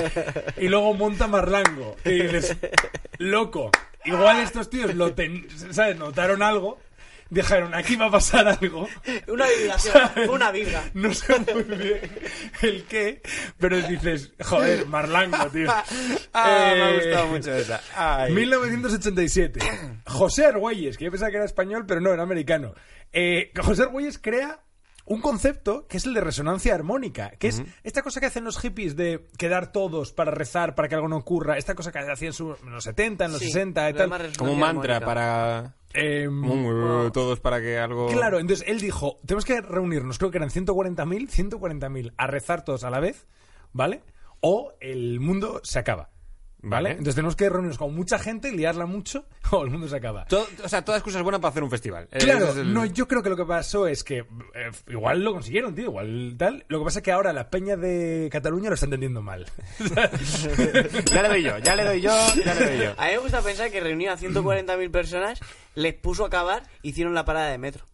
Speaker 3: Y luego monta Marlango. Y dices, loco, igual estos tíos lo ten- ¿sabes? notaron algo, dijeron, aquí va a pasar algo.
Speaker 2: Una vibración,
Speaker 3: ¿Sabes?
Speaker 2: una vibra.
Speaker 3: No sé muy bien el qué, pero dices, joder, Marlango, tío.
Speaker 5: Ah, me ha
Speaker 3: Eh,
Speaker 5: gustado mucho esa. Ay.
Speaker 3: 1987. José Argüelles, que yo pensaba que era español, pero no, era americano. Eh, José Argüelles crea un concepto que es el de resonancia armónica, que es esta cosa que hacen los hippies de quedar todos para rezar para que algo no ocurra, esta cosa que hacían su- en los 70, en los
Speaker 2: Sí,
Speaker 3: 60 y
Speaker 2: lo
Speaker 3: tal.
Speaker 2: demás resonancia
Speaker 5: Como un mantra
Speaker 2: armónica.
Speaker 5: para...
Speaker 3: Eh,
Speaker 5: Mm, Todos para que algo...
Speaker 3: Claro, entonces él dijo, tenemos que reunirnos, creo que eran 140.000, 140.000, a rezar todos a la vez, ¿vale? O el mundo se acaba, ¿vale?
Speaker 5: Vale.
Speaker 3: Entonces tenemos que reunirnos con mucha gente, liarla mucho, o el mundo se acaba.
Speaker 5: To- o sea, todas cosas buenas para hacer un festival. Eh,
Speaker 3: Claro,
Speaker 5: ese es el-
Speaker 3: no, yo creo que lo que pasó es que eh, igual lo consiguieron, tío, igual tal. Lo que pasa es que ahora la peña de Cataluña lo está entendiendo mal.
Speaker 5: Ya le doy yo, ya le doy yo, ya le doy yo.
Speaker 2: A mí me gusta pensar que reunió a 140.000 personas, les puso a acabar, hicieron la parada de metro.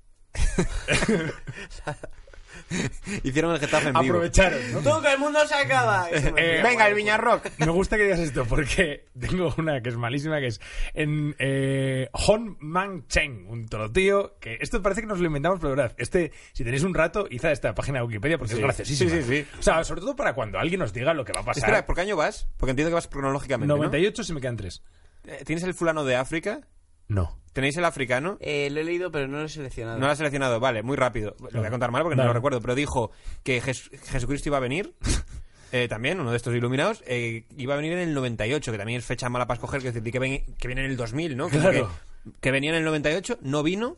Speaker 5: Hicieron el Getafe en vivo.
Speaker 3: Aprovecharon, ¿no?
Speaker 2: Todo que el mundo se acaba. Y se me-
Speaker 3: Eh,
Speaker 5: Venga, el Viñarrock.
Speaker 3: Me gusta que digas esto porque tengo una que es malísima, que es en eh, Hon Mang Cheng, un torotío, que esto parece que nos lo inventamos, pero de verdad, este, si tenéis un rato, id a esta página de Wikipedia porque
Speaker 5: Sí.
Speaker 3: es graciosísima.
Speaker 5: Sí, sí, sí.
Speaker 3: O sea, sobre todo para cuando alguien nos diga lo que va a pasar.
Speaker 5: Espera, ¿por qué año vas? Porque entiendo que vas cronológicamente, ¿no?
Speaker 3: 98 se me quedan tres.
Speaker 5: Eh, ¿Tienes el fulano de África?
Speaker 3: No.
Speaker 5: ¿Tenéis el africano?
Speaker 2: Eh, lo he leído, pero no lo he seleccionado.
Speaker 5: No lo ha seleccionado, vale, muy rápido. Lo voy a contar mal porque no
Speaker 3: Vale.
Speaker 5: lo recuerdo, pero dijo que Jes- Jesucristo iba a venir. eh, también, uno de estos iluminados, eh, iba a venir en el 98, que también es fecha mala para escoger, que decir, di que, ven- que viene en el 2000, ¿no? Como
Speaker 3: Claro.
Speaker 5: Que, que venía en el 98, no vino,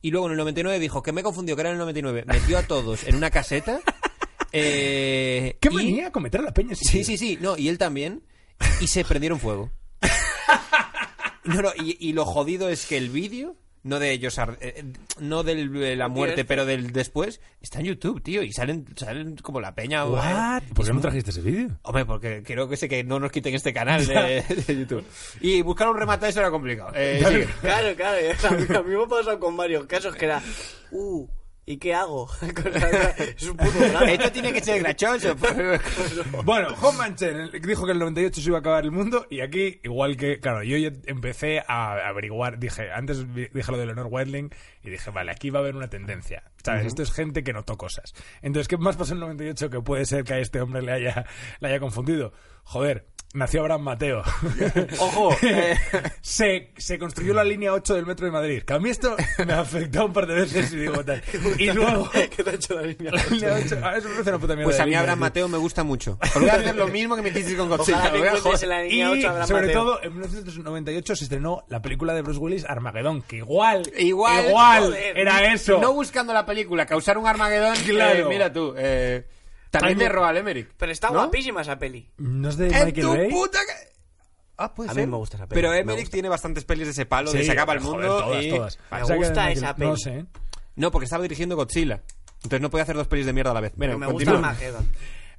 Speaker 5: y luego en el 99 dijo que me confundió, que era en el 99, metió a todos en una caseta. eh,
Speaker 3: ¿Qué
Speaker 5: y-
Speaker 3: venía a cometer la peña?
Speaker 5: Sí, sí, sí. No, y él también. Y se prendieron fuego. No, no, y, y lo jodido es que el vídeo, no de ellos, ar- eh, eh, no del- de la muerte,
Speaker 2: este.
Speaker 5: pero del después, está en YouTube, tío. Y salen, salen como la peña. o-
Speaker 3: What? ¿Por qué no trajiste ese vídeo?
Speaker 5: Hombre, porque creo que sé que no nos quiten este canal de, de YouTube. Y buscar un remate a eso era complicado. Eh, sigue.
Speaker 2: Claro, claro. A mí, a mí me ha pasado con varios casos que era. Uh, ¿Y qué hago? Con la- es un puto drama.
Speaker 1: Esto tiene que ser grachoso.
Speaker 3: Bueno, Juan Manchen dijo que en el 98 se iba a acabar el mundo y aquí, igual que, claro, yo ya empecé a averiguar, dije, antes vi- dije lo de Leonor Wedling y dije, vale, aquí va a haber una tendencia, ¿sabes? Esto es gente que notó cosas. Entonces, ¿qué más pasó en el 98 que puede ser que a este hombre le haya, le haya confundido? Joder, nació Abraham Mateo.
Speaker 1: Ojo, eh.
Speaker 3: se, se construyó la línea 8 del metro de Madrid. Que a mí esto me ha afectado un par de veces y digo, tal. Y luego...
Speaker 2: ¿Qué te ha hecho la línea?
Speaker 3: La línea 8, a Ah, eso me parece una puta mierda
Speaker 1: Pues
Speaker 3: de
Speaker 1: a mí
Speaker 3: línea,
Speaker 1: Abraham
Speaker 3: tío.
Speaker 1: Mateo me gusta mucho. Os voy a hacer lo mismo que me hicisteis con Godzilla.
Speaker 2: Ojalá te
Speaker 1: os voy a
Speaker 2: encuentres
Speaker 1: joder.
Speaker 2: en la
Speaker 3: Y
Speaker 2: línea 8 Abraham
Speaker 3: sobre
Speaker 2: Mateo.
Speaker 3: todo, en 1998 se estrenó la película de Bruce Willis, Armagedón, que igual,
Speaker 1: Igual,
Speaker 3: igual
Speaker 1: joder,
Speaker 3: era eso.
Speaker 1: No buscando la película, causar un Armagedón. eh,
Speaker 3: Claro.
Speaker 1: mira tú, eh, también
Speaker 3: Ay,
Speaker 1: de Roald Emmerich.
Speaker 2: Pero está
Speaker 1: ¿no?
Speaker 2: guapísima esa peli.
Speaker 3: ¿No es de
Speaker 1: ¡En
Speaker 3: Michael
Speaker 1: tu
Speaker 3: Bay?
Speaker 1: puta ca- Ah, puede
Speaker 5: pues.
Speaker 2: A mí
Speaker 1: ser.
Speaker 2: me gusta esa peli,
Speaker 1: Pero
Speaker 2: me
Speaker 1: Emmerich
Speaker 2: gusta.
Speaker 1: tiene bastantes pelis de ese palo,
Speaker 3: Sí,
Speaker 1: de se acaba el
Speaker 3: joder,
Speaker 1: mundo.
Speaker 3: todas,
Speaker 1: y-
Speaker 3: todas.
Speaker 1: Vale.
Speaker 2: Me
Speaker 3: O sea que
Speaker 2: gusta
Speaker 3: de
Speaker 2: esa
Speaker 3: No
Speaker 2: peli.
Speaker 3: sé.
Speaker 1: No, porque estaba dirigiendo Godzilla. Entonces no podía hacer dos pelis de mierda a la vez. Bueno,
Speaker 2: Pero me gusta
Speaker 1: continúa.
Speaker 2: Armagedon.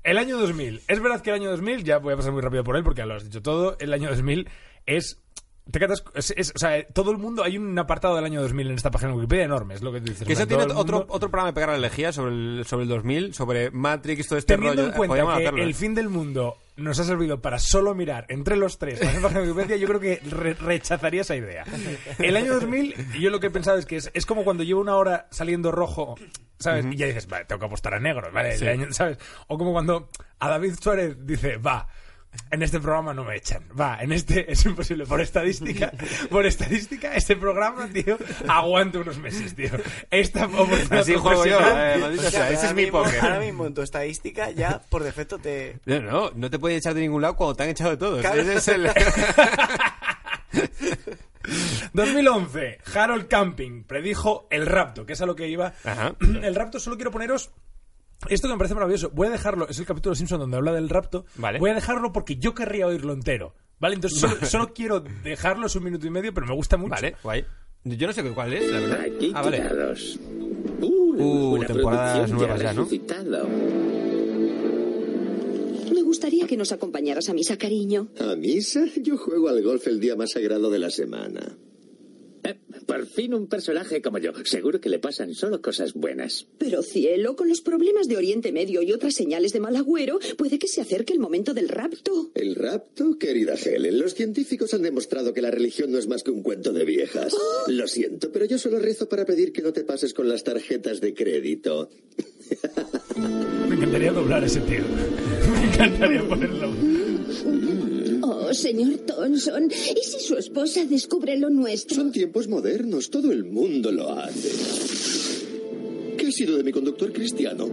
Speaker 3: El año 2000. Es verdad que el año 2000, ya voy a pasar muy rápido por él porque ya lo has dicho todo, el año 2000 es... Te catas- es- es- o sea, todo el mundo... Hay un apartado del año 2000 en esta página de Wikipedia enorme, es lo que tú dices.
Speaker 1: Que eso
Speaker 3: en plan,
Speaker 1: tiene
Speaker 3: todo el
Speaker 1: otro,
Speaker 3: mundo-
Speaker 1: otro programa de pegar a la lejía sobre el, sobre el 2000, sobre Matrix, todo este
Speaker 3: Teniendo
Speaker 1: rollo.
Speaker 3: en cuenta
Speaker 1: Podríamos
Speaker 3: que
Speaker 1: hacerlo. ¿eh?
Speaker 3: el fin del mundo nos ha servido para solo mirar entre los tres la página de Wikipedia, yo creo que re- rechazaría esa idea. El año 2000, yo lo que he pensado es que es, es como cuando llevo una hora saliendo rojo, ¿sabes? Y ya dices, vale, tengo que apostar a negro, ¿vale? el año- ¿sabes? O como cuando a David Suárez dice, va. En este programa no me echan. Va, en este es imposible. Por estadística, por estadística, este programa, tío, aguanta unos meses, tío. Esta oportunidad
Speaker 1: Así juego yo,
Speaker 3: profesional-
Speaker 1: eh, maldita
Speaker 2: O sea,
Speaker 1: sea, ese
Speaker 2: ahora
Speaker 1: es mi
Speaker 2: mismo-
Speaker 1: póker.
Speaker 2: Ahora mismo en tu estadística ya por defecto te...
Speaker 1: No, no, no te pueden echar de ningún lado cuando te han echado de todos.
Speaker 2: Claro.
Speaker 1: Ese es el-
Speaker 3: 2011, Harold Camping predijo el rapto, que es a lo que iba.
Speaker 1: Ajá.
Speaker 3: El rapto solo quiero poneros esto que me parece maravilloso. Voy a dejarlo, es el capítulo de Simpson donde habla del rapto.
Speaker 1: Vale.
Speaker 3: Voy a dejarlo porque yo querría oírlo entero. Vale, entonces solo, solo quiero dejarlo es un minuto y medio, pero me gusta mucho.
Speaker 1: Vale, guay. Yo no sé cuál es, la verdad.
Speaker 8: Aquí
Speaker 1: Ah, vale.
Speaker 8: quedados. Una
Speaker 1: Uh,
Speaker 8: buena
Speaker 1: temporadas
Speaker 8: producción
Speaker 1: nuevas
Speaker 8: ya
Speaker 1: ya, ¿no?
Speaker 8: resucitado.
Speaker 9: Me gustaría que nos acompañaras a misa, cariño.
Speaker 10: A misa, yo juego al golf el día más sagrado de la semana.
Speaker 8: Eh, por fin un personaje como yo. Seguro que le pasan solo cosas buenas.
Speaker 9: Pero cielo, con los problemas de Oriente Medio y otras señales de mal agüero, puede que se acerque el momento del rapto.
Speaker 10: ¿El rapto? Querida Helen, los científicos han demostrado que la religión no es más que un cuento de viejas.
Speaker 8: Oh.
Speaker 10: Lo siento, pero yo solo rezo para pedir que no te pases con las tarjetas de crédito.
Speaker 3: Me encantaría doblar ese tío. Me encantaría ponerlo.
Speaker 9: Oh, señor Thompson, ¿y si su esposa descubre lo nuestro?
Speaker 10: Son tiempos modernos, todo el mundo lo hace. ¿Qué ha sido de mi conductor cristiano?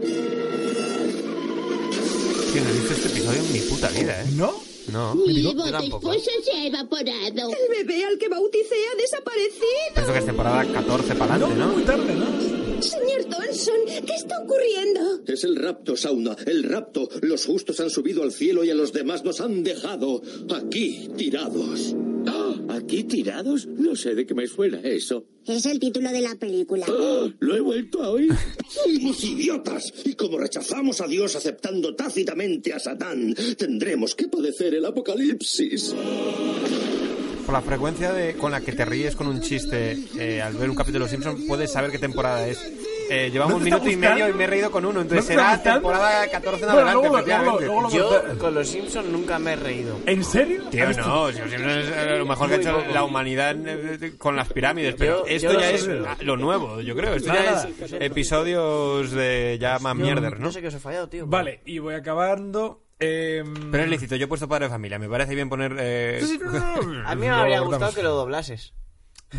Speaker 1: Tío, no he visto este episodio en mi puta vida, ¿eh?
Speaker 3: ¿No?
Speaker 1: No.
Speaker 9: bote
Speaker 1: tampoco. ¿eh?
Speaker 9: se ha evaporado. El bebé al que bauticé ha desaparecido.
Speaker 1: Pienso que es temporada 14 para
Speaker 3: No,
Speaker 1: adelante, ¿no?
Speaker 3: muy tarde, ¿no?
Speaker 9: Señor Thompson, ¿qué está ocurriendo?
Speaker 10: Es el rapto, Sauna, el rapto. Los justos han subido al cielo y a los demás nos han dejado aquí tirados.
Speaker 8: ¡Ah! ¿Aquí tirados? No sé de qué me suena eso.
Speaker 9: Es el título de la película.
Speaker 8: ¡Ah! Lo he vuelto a oír.
Speaker 10: Somos idiotas y como rechazamos a Dios aceptando tácitamente a Satán, tendremos que padecer el apocalipsis.
Speaker 1: Por la frecuencia de, con la que te ríes con un chiste eh, al ver un capítulo de Los Simpsons, puedes saber qué temporada es. Eh, llevamos
Speaker 3: ¿No
Speaker 1: un
Speaker 3: te está
Speaker 1: minuto y
Speaker 3: gustando?
Speaker 1: medio y me he reído con uno, entonces
Speaker 3: ¿No te está
Speaker 1: será
Speaker 3: gustando?
Speaker 1: temporada 14 en
Speaker 3: Bueno,
Speaker 1: adelante,
Speaker 3: luego lo- luego lo-
Speaker 1: efectivamente.
Speaker 3: luego lo-
Speaker 2: Yo con los Simpsons nunca me he reído.
Speaker 3: ¿En serio?
Speaker 1: Tío,
Speaker 3: ¿Has visto?
Speaker 1: no, si Los Simpsons es eh, lo mejor que ha hecho la humanidad eh, con las pirámides, pero
Speaker 2: Yo-
Speaker 1: esto
Speaker 2: yo
Speaker 1: ya
Speaker 2: no
Speaker 1: es
Speaker 2: sé.
Speaker 1: ah, lo nuevo, yo creo. Esto ya es episodios de ya más mierder, ¿no?
Speaker 2: No sé qué os he fallado, tío.
Speaker 3: Vale, y voy acabando. em,
Speaker 1: Pero es lícito, yo he puesto padre de familia, me parece bien poner... eh,
Speaker 2: A mí me habría
Speaker 3: Luego cortamos.
Speaker 2: gustado que lo doblases.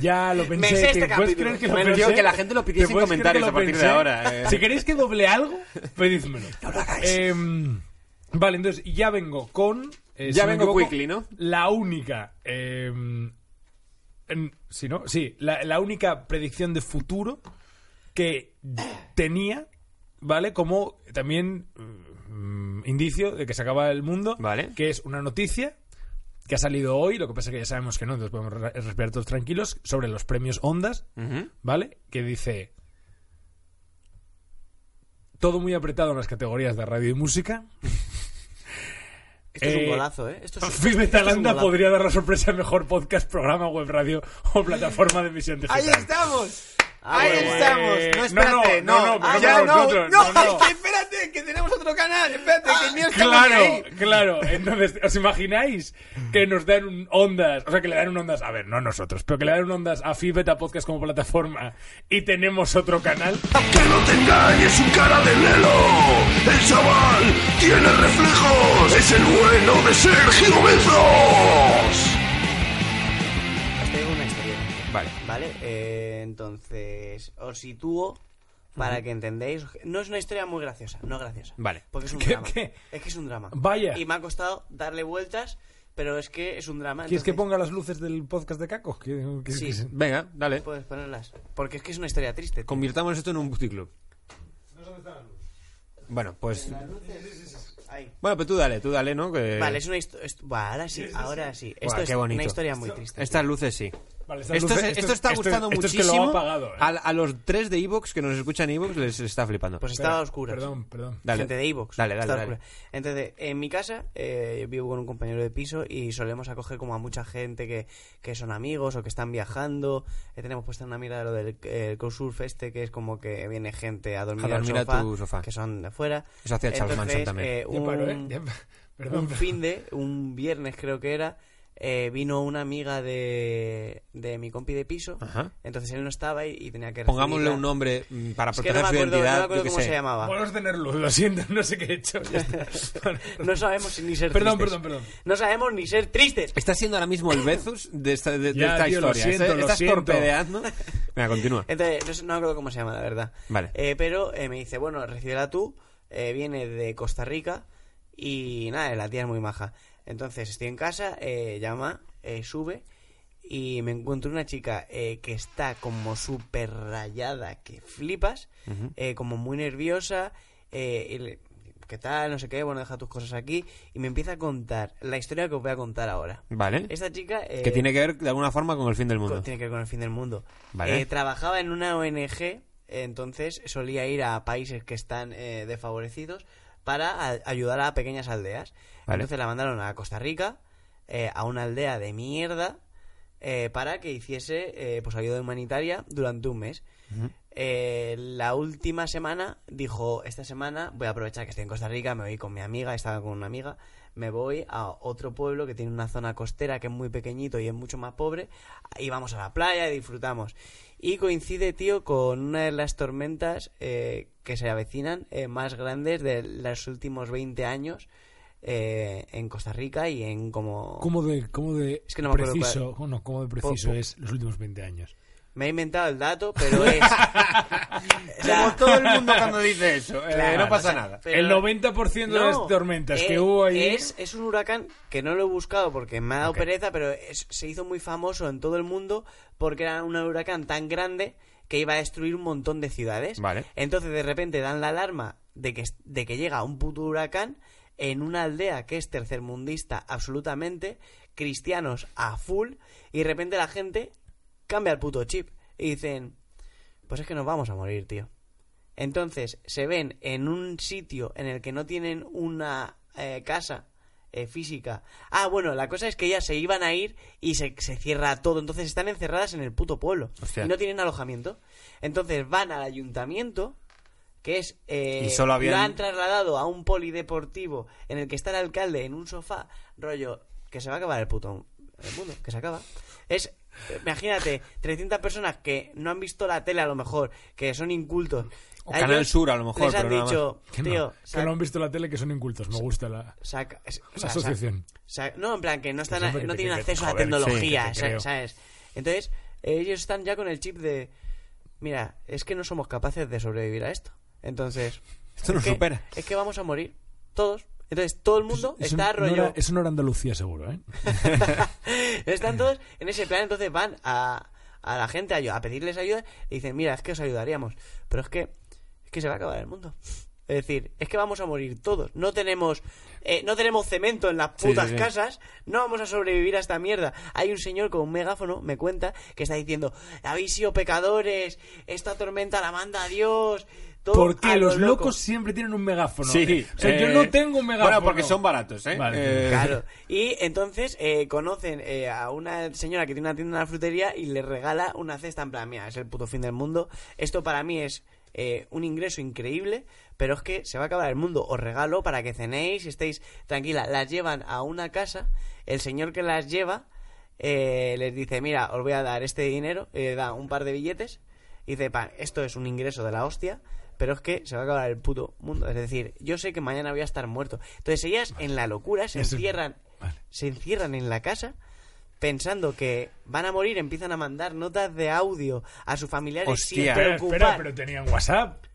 Speaker 3: Ya lo pensé.
Speaker 2: sé
Speaker 3: tío.
Speaker 2: este
Speaker 3: ¿Puedes
Speaker 2: capítulo.
Speaker 3: creer que lo
Speaker 2: Me lo
Speaker 3: pensé?
Speaker 1: digo que la gente lo pidiese en
Speaker 3: ¿Te puedes creer que
Speaker 1: comentarios
Speaker 3: lo
Speaker 1: a partir de
Speaker 3: pensé?
Speaker 1: ahora, eh.
Speaker 3: Si queréis que doble algo, pedídmelo. Em, vale, entonces ya vengo con. eh,
Speaker 1: Ya
Speaker 3: si no me
Speaker 1: vengo
Speaker 3: equivoco,
Speaker 1: quickly, ¿no?
Speaker 3: La única. em, en- si no, sí. La, la única predicción de futuro que tenía, ¿vale? Como también mm, indicio de que se acaba el mundo.
Speaker 1: Vale.
Speaker 3: Que es una noticia que ha salido hoy, lo que pasa es que ya sabemos que no, entonces podemos re- respirar todos tranquilos, sobre los premios Ondas,
Speaker 1: Ujú.
Speaker 3: ¿vale? Que dice... Todo muy apretado en las categorías de radio y música.
Speaker 2: Esto es
Speaker 3: Eh,
Speaker 2: un golazo, ¿eh? Esto es, esto
Speaker 3: Fibe
Speaker 2: es un
Speaker 3: Talanda
Speaker 2: golazo.
Speaker 3: podría dar la sorpresa a mejor podcast, programa, web radio o plataforma de emisión digital.
Speaker 2: ¡Ahí estamos! Ahí
Speaker 3: bueno.
Speaker 2: estamos.
Speaker 3: Eh,
Speaker 1: No, espérate,
Speaker 3: no, no,
Speaker 1: no, Ah,
Speaker 3: pero no
Speaker 1: ya
Speaker 3: para
Speaker 1: no,
Speaker 3: nosotros,
Speaker 1: no,
Speaker 3: no, no.
Speaker 1: es que espérate, que tenemos otro canal, espérate, que el mío está por
Speaker 3: Claro,
Speaker 1: ahí.
Speaker 3: claro. Entonces, ¿os imagináis que nos dan un ondas? O sea, que le dan un ondas, a ver, no nosotros, pero que le dan un ondas a Fibeta Podcast como plataforma y tenemos otro canal.
Speaker 5: Que no te engañes, un cara de lelo. El chaval tiene reflejos. Es el bueno de Sergio Bezos.
Speaker 2: Os traigo Ah, una experiencia.
Speaker 1: Vale.
Speaker 2: Vale, eh, entonces os sitúo para que entendáis. No es una historia muy graciosa, no graciosa.
Speaker 1: Vale.
Speaker 2: Porque es un
Speaker 3: ¿Qué-
Speaker 2: drama.
Speaker 3: qué?
Speaker 2: Es que es un drama.
Speaker 3: Vaya.
Speaker 2: Y me ha costado darle vueltas, pero es que es un drama.
Speaker 3: ¿Quieres que
Speaker 2: entonces-
Speaker 3: ponga las luces del podcast de Caco? ¿Qué- qué-
Speaker 2: Sí.
Speaker 3: qué-
Speaker 1: Venga, dale.
Speaker 2: Puedes ponerlas. Porque es que es una historia triste. tío.
Speaker 1: Convirtamos esto en un puticlub. Bueno, pues.
Speaker 2: Ahí.
Speaker 1: Bueno, pero tú dale, tú dale, ¿no?
Speaker 3: Eh.
Speaker 1: Que...
Speaker 2: Vale, es una historia. Vale, sí, ahora sí. Esto
Speaker 1: Buah, qué
Speaker 2: es una
Speaker 1: bonito.
Speaker 2: historia muy triste.
Speaker 1: Estas luces sí.
Speaker 3: Vale, estas
Speaker 1: esto,
Speaker 3: luces-
Speaker 1: es-
Speaker 3: esto
Speaker 1: esto
Speaker 3: es-
Speaker 1: está
Speaker 3: esto es-
Speaker 1: gustando
Speaker 3: esto es que lo ha
Speaker 1: muchísimo.
Speaker 3: apagado, eh.
Speaker 1: a, a los tres de Evox que nos escuchan Evox les está flipando.
Speaker 2: Pues
Speaker 3: Espera,
Speaker 2: estaba oscura.
Speaker 3: Perdón, perdón.
Speaker 1: Dale.
Speaker 2: gente de Evox.
Speaker 1: Dale, dale,
Speaker 2: Está
Speaker 1: dale.
Speaker 2: oscura. Entonces, en mi casa eh, yo vivo con un compañero de piso y solemos acoger como a mucha gente que, que son amigos o que están viajando. Eh, tenemos puesta una mira de lo del eh, Couchsurf este, que es como que viene gente a dormir,
Speaker 1: A
Speaker 2: al
Speaker 1: dormir a tu sofá.
Speaker 2: que son de fuera.
Speaker 1: Eso hacía Charles Manson
Speaker 2: Entonces,
Speaker 1: también.
Speaker 2: eh,
Speaker 1: Ya
Speaker 2: un,
Speaker 3: paró, ¿eh? Ya- perdón,
Speaker 2: un
Speaker 3: perdón.
Speaker 2: fin de, un viernes creo que era, eh, vino una amiga de, de mi compi de piso.
Speaker 1: Ajá.
Speaker 2: Entonces él no estaba y, y tenía que
Speaker 1: Pongámosle
Speaker 2: recibirla.
Speaker 1: un nombre mm, para
Speaker 2: Es que
Speaker 1: proteger
Speaker 2: no me
Speaker 1: su
Speaker 2: acuerdo, no me
Speaker 1: identidad. yo
Speaker 2: acuerdo
Speaker 1: qué
Speaker 2: cómo
Speaker 1: sé.
Speaker 2: se llamaba.
Speaker 3: Buenos tener luz, lo siento, no sé qué he hecho. Ya está. Vale,
Speaker 2: No sabemos ni ser
Speaker 3: Perdón,
Speaker 2: tristes.
Speaker 3: perdón, perdón.
Speaker 2: No sabemos ni ser tristes.
Speaker 1: Está siendo ahora mismo el Bezus de esta, de- de
Speaker 3: Ya,
Speaker 1: esta
Speaker 3: tío, lo
Speaker 1: historia.
Speaker 3: siento,
Speaker 1: Está-
Speaker 3: lo
Speaker 1: Estás
Speaker 3: siento.
Speaker 1: torpedeando. Venga, continúa.
Speaker 2: Entonces, no, sé- no me acuerdo cómo se llama, la verdad.
Speaker 1: Vale.
Speaker 2: Eh, pero eh, me dice, bueno, recibela tú. eh, viene de Costa Rica. Y nada, la tía es muy maja. Entonces, estoy en casa, eh, llama, eh, sube. Y me encuentro una chica eh, que está como súper rayada, que flipas. eh, como muy nerviosa. eh, y le- ¿Qué tal? No sé qué. Bueno, deja tus cosas aquí. Y me empieza a contar la historia que os voy a contar ahora.
Speaker 5: Mm.
Speaker 1: Vale.
Speaker 2: Esta chica... eh,
Speaker 1: que tiene que ver de alguna forma con el fin del
Speaker 2: Co-
Speaker 1: mundo.
Speaker 2: Tiene que ver con el fin del mundo.
Speaker 1: Vale.
Speaker 2: Eh, trabajaba en una ONG, entonces solía ir a países que están eh, desfavorecidos para a- ayudar a pequeñas aldeas.
Speaker 1: Vale.
Speaker 2: Entonces la mandaron a Costa Rica, eh, a una aldea de mierda, eh, para que hiciese eh, pues ayuda humanitaria durante un mes. Eh, la última semana dijo, esta semana voy a aprovechar que estoy en Costa Rica, me voy con mi amiga, estaba con una amiga, me voy a otro pueblo que tiene una zona costera que es muy pequeñito y es mucho más pobre, y vamos a la playa y disfrutamos. Y coincide, tío, con una de las tormentas eh, que se avecinan eh, más grandes de los últimos 20 años eh, en Costa Rica y en como...
Speaker 3: ¿Cómo de, cómo de
Speaker 2: Es que no me acuerdo
Speaker 3: preciso, o no, cómo de preciso
Speaker 2: Po- po-
Speaker 3: es los últimos 20 años?
Speaker 2: Me he inventado el dato, pero es... O sea,
Speaker 1: Como todo el mundo cuando dice eso. eh,
Speaker 2: Claro,
Speaker 1: no pasa
Speaker 2: o sea,
Speaker 1: nada.
Speaker 2: pero-
Speaker 3: El 90% de las tormentas que
Speaker 2: eh,
Speaker 3: hubo ahí-
Speaker 2: Es, es un huracán que no lo he buscado porque me ha dado pereza, pero es- se hizo muy famoso en todo el mundo porque era un huracán tan grande que iba a destruir un montón de ciudades.
Speaker 1: Vale.
Speaker 2: Entonces de repente dan la alarma de que, es- de que llega un puto huracán en una aldea que es tercermundista absolutamente, cristianos a full, y de repente la gente cambia el puto chip y dicen, pues es que nos vamos a morir, tío. Entonces se ven en un sitio en el que no tienen una eh, casa eh, física. Ah, bueno, la cosa es que ellas se iban a ir y se, se cierra todo. Entonces están encerradas en el puto pueblo.
Speaker 1: Hostia.
Speaker 2: Y no tienen alojamiento. Entonces van al ayuntamiento, que es... eh,
Speaker 1: Y solo habían-
Speaker 2: lo han trasladado a un polideportivo en el que está el alcalde en un sofá, rollo, que se va a acabar el puto el mundo, que se acaba. Es, eh, imagínate, 300 personas que no han visto la tele a lo mejor, que son incultos.
Speaker 1: O
Speaker 2: A
Speaker 1: Canal
Speaker 2: ellos
Speaker 1: Sur, a lo mejor,
Speaker 2: Les han
Speaker 1: pero nada
Speaker 2: dicho,
Speaker 3: Que no,
Speaker 2: tío,
Speaker 3: que
Speaker 2: sac-
Speaker 3: no han visto la tele, que son incultos. Me gusta la...
Speaker 2: saca- es- o sea, sac-
Speaker 3: asociación.
Speaker 2: sac- no, en plan, que no, están,
Speaker 3: siempre Pues que
Speaker 2: no
Speaker 3: te-
Speaker 2: tienen
Speaker 3: que te-
Speaker 2: acceso a
Speaker 3: joder, sí,
Speaker 2: tecnología,
Speaker 3: que te creo.
Speaker 2: sa- ¿sabes? Entonces, ellos están ya con el chip de, mira, es que no somos capaces de sobrevivir a esto. Entonces,
Speaker 1: Esto
Speaker 2: es
Speaker 1: nos
Speaker 2: que-
Speaker 1: supera.
Speaker 2: Es que vamos a morir, todos. Entonces, todo el mundo
Speaker 3: Pues Es
Speaker 2: está
Speaker 3: un- no
Speaker 2: rollo...
Speaker 3: era- es un hora Andalucía, seguro, ¿eh?
Speaker 2: Están todos en ese plan, entonces van a, a la gente a, ayu- a pedirles ayuda y dicen, mira, es que os ayudaríamos, pero es que, es que se va a acabar el mundo. Es decir, es que vamos a morir todos. No tenemos, eh, no tenemos cemento en las
Speaker 1: Sí,
Speaker 2: putas
Speaker 1: sí, sí.
Speaker 2: casas. No vamos a sobrevivir a esta mierda. Hay un señor con un megáfono, me cuenta, que está diciendo, habéis sido pecadores, esta tormenta la manda Dios, todo
Speaker 3: ¿Por qué
Speaker 2: a lo
Speaker 3: los
Speaker 2: loco.
Speaker 3: locos siempre tienen un megáfono?
Speaker 1: Sí,
Speaker 3: O sea, yo
Speaker 1: eh,
Speaker 3: no tengo un megáfono.
Speaker 1: bueno, porque son baratos, ¿eh?
Speaker 3: Vale.
Speaker 1: Eh,
Speaker 2: Claro. Y entonces eh, conocen eh, a una señora que tiene una tienda en la frutería y le regala una cesta en plan, mira, es el puto fin del mundo. Esto para mí es eh, un ingreso increíble, pero es que se va a acabar el mundo. Os regalo para que cenéis y estéis tranquila. Las llevan a una casa, el señor que las lleva eh, les dice, mira, os voy a dar este dinero, y le da un par de billetes y dice, "Pa, esto es un ingreso de la hostia, pero es que se va a acabar el puto mundo. Es decir, yo sé que mañana voy a estar muerto. Entonces ellas en la locura se
Speaker 3: Ya sé.
Speaker 2: encierran,
Speaker 3: Vale.
Speaker 2: se encierran en la casa pensando que van a morir, empiezan a mandar notas de audio a sus familiares
Speaker 1: Hostia.
Speaker 2: sin
Speaker 3: Espera,
Speaker 2: preocupar.
Speaker 3: espera, pero tenían WhatsApp.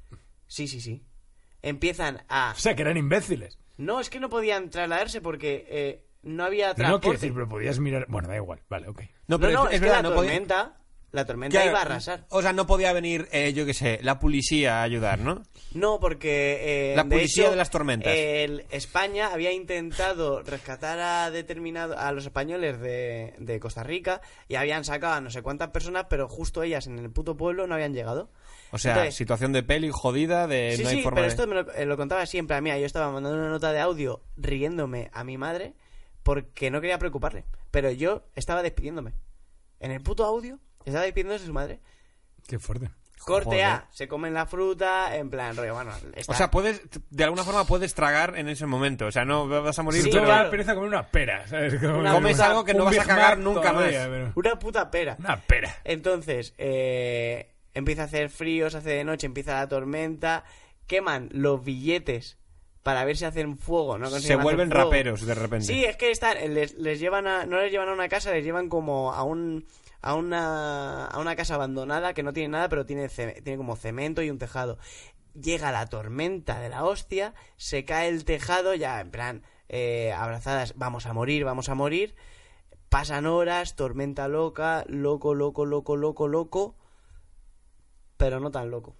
Speaker 2: Sí, sí, sí. Empiezan a...
Speaker 3: O sea, que eran imbéciles.
Speaker 2: No, es que no podían trasladarse porque eh, no había
Speaker 3: No, no
Speaker 2: transporte.
Speaker 3: quiero decir, pero podías mirar. Bueno, da igual. Vale, ok.
Speaker 2: No,
Speaker 1: pero
Speaker 2: no, es, que
Speaker 1: verdad,
Speaker 2: la
Speaker 1: no podía-
Speaker 2: tormenta, la tormenta
Speaker 1: Claro,
Speaker 2: iba a arrasar.
Speaker 1: O sea, no podía venir, eh, yo qué sé, la policía a ayudar, ¿no?
Speaker 2: No, porque eh,
Speaker 1: La policía
Speaker 2: hecho,
Speaker 1: de las tormentas.
Speaker 2: el- España había intentado rescatar a determinado a los españoles de, de Costa Rica y habían sacado a no sé cuántas personas, pero justo ellas en el puto pueblo no habían llegado.
Speaker 1: O sea,
Speaker 2: Entonces,
Speaker 1: situación de peli jodida, de
Speaker 2: sí,
Speaker 1: Eh, no hay
Speaker 2: sí,
Speaker 1: forma
Speaker 2: pero
Speaker 1: de-
Speaker 2: esto me lo, eh, lo contaba siempre a mí. Yo estaba mandando una nota de audio riéndome a mi madre porque no quería preocuparle. Pero yo estaba despidiéndome. En el puto audio estaba despidiéndose de su madre.
Speaker 3: Qué fuerte.
Speaker 2: Corte
Speaker 1: Joder.
Speaker 2: A, se comen la fruta, en plan rollo, bueno, está-
Speaker 1: O sea, puedes, de alguna forma puedes tragar en ese momento. O sea, no vas a morir,
Speaker 2: Sí,
Speaker 3: Sobre
Speaker 1: pero...
Speaker 3: todo me da
Speaker 2: claro.
Speaker 3: pereza comer una pera. ¿sabes? Como-
Speaker 2: Una Comes
Speaker 1: algo que no
Speaker 3: un
Speaker 1: vas a
Speaker 3: Big
Speaker 1: cagar
Speaker 3: Mac
Speaker 1: nunca
Speaker 3: todavía,
Speaker 1: más.
Speaker 3: pero-
Speaker 2: Una puta pera.
Speaker 3: Una pera.
Speaker 2: Entonces, eh, empieza a hacer frío, se hace de noche, empieza la tormenta, queman los billetes para ver si hacen fuego. No
Speaker 1: se
Speaker 2: consiguen hacer
Speaker 1: vuelven
Speaker 2: fuego.
Speaker 1: raperos de repente.
Speaker 2: Sí, es que están, les, les llevan a, no les llevan a una casa, les llevan como a un a una, a una casa abandonada que no tiene nada, pero tiene, ce- tiene como cemento y un tejado. Llega la tormenta de la hostia, se cae el tejado, ya en plan, eh, abrazadas, vamos a morir, vamos a morir. Pasan horas, tormenta loca, loco, loco, loco, loco, loco, pero no tan loco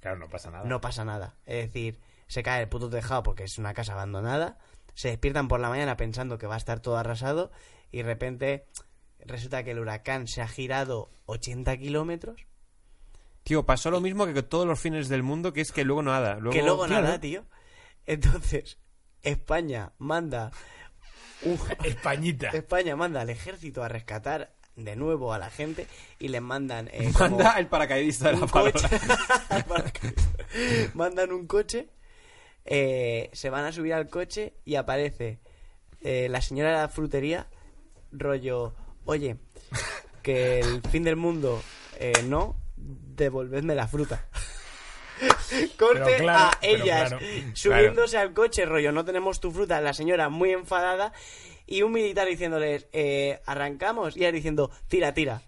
Speaker 3: Claro, no pasa nada.
Speaker 2: no pasa nada. Es decir, se cae el puto tejado porque es una casa abandonada, se despiertan por la mañana pensando que va a estar todo arrasado y de repente resulta que el huracán se ha girado 80 kilómetros,
Speaker 1: Tío, pasó lo mismo que con todos los fines del mundo, que es que luego nada. Luego,
Speaker 2: que luego
Speaker 1: Claro.
Speaker 2: nada, tío. Entonces, España manda un-
Speaker 3: Españita.
Speaker 2: España manda al ejército a rescatar de nuevo a la gente y les mandan eh, como-
Speaker 1: Manda el paracaidista de la
Speaker 2: un
Speaker 1: palabra.
Speaker 2: coche. Para que- Mandan un coche, eh, se van a subir al coche y aparece eh, la señora de la frutería, rollo, oye, que el fin del mundo eh, no, devolvedme la fruta. Corte
Speaker 3: Pero claro,
Speaker 2: a
Speaker 3: pero
Speaker 2: ellas
Speaker 3: claro.
Speaker 2: subiéndose al coche, rollo, no tenemos tu fruta, la señora muy enfadada y un militar diciéndoles, eh, arrancamos, y ella diciendo, tira, tira.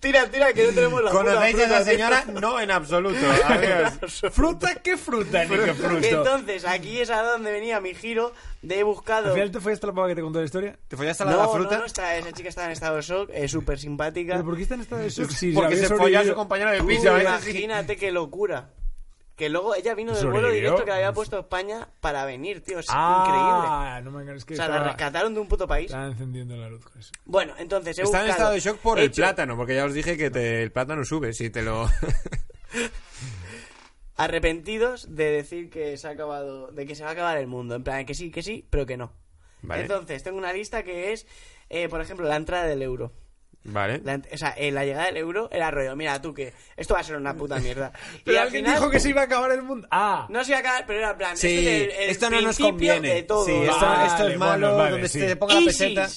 Speaker 2: tira, tira, que no tenemos la fruta.
Speaker 1: ¿Conocéis a
Speaker 2: fruta,
Speaker 1: esa
Speaker 2: tira.
Speaker 1: señora? No, en absoluto. Adiós.
Speaker 3: ¿Fruta? ¿Qué fruta? Ni qué fruto.
Speaker 2: Entonces, aquí es a donde venía mi giro de he
Speaker 3: ¿Al
Speaker 2: buscado...
Speaker 3: final te fue hasta la pava que te contó la historia?
Speaker 1: ¿Te follaste a
Speaker 2: No,
Speaker 1: la de la
Speaker 2: no,
Speaker 1: fruta?
Speaker 2: no, está- esa chica estaba en estado de shock, es súper simpática.
Speaker 3: ¿Pero por qué está en estado de shock? Si
Speaker 1: Porque
Speaker 3: había
Speaker 1: se folló
Speaker 3: sobrevivido-
Speaker 1: a su compañero de
Speaker 2: Tú
Speaker 1: piso. ¿eh?
Speaker 2: imagínate qué locura. Que luego ella vino del vuelo
Speaker 3: ¿Sobrevivió?
Speaker 2: directo que le había puesto España para venir, tío. Es increíble.
Speaker 3: Ah, no me engañes que
Speaker 2: O sea, la
Speaker 3: estaba-
Speaker 2: rescataron de un puto país.
Speaker 3: Estaba encendiendo la luz. con eso.
Speaker 2: Bueno, entonces he
Speaker 1: Estaba en
Speaker 2: buscado-
Speaker 1: estado de shock por
Speaker 2: he
Speaker 1: el
Speaker 2: hecho-
Speaker 1: plátano, porque ya os dije que te- el plátano sube, si te lo...
Speaker 2: Arrepentidos de decir que se ha acabado, de que se va a acabar el mundo. En plan, que sí, que sí, pero que no.
Speaker 1: Vale.
Speaker 2: Entonces, tengo una lista que es, eh, por ejemplo, la entrada del euro.
Speaker 1: Vale.
Speaker 2: La ent- o sea, eh, la llegada del euro era rollo, mira tú que esto va a ser una puta mierda.
Speaker 3: Pero
Speaker 2: al
Speaker 3: alguien
Speaker 2: final-
Speaker 3: dijo que se iba a acabar el mundo. Ah,
Speaker 2: No se iba a acabar, pero era en plan,
Speaker 1: Sí,
Speaker 2: esto es el- el
Speaker 1: esto no nos
Speaker 2: principio
Speaker 1: conviene.
Speaker 2: de todo. Ah,
Speaker 1: Sí,
Speaker 2: ¿no?
Speaker 1: esto,
Speaker 3: Vale,
Speaker 1: esto es
Speaker 3: bueno,
Speaker 1: malo,
Speaker 3: vale,
Speaker 1: donde
Speaker 3: sí.
Speaker 1: se te ponga la
Speaker 2: ISIS.
Speaker 1: peseta.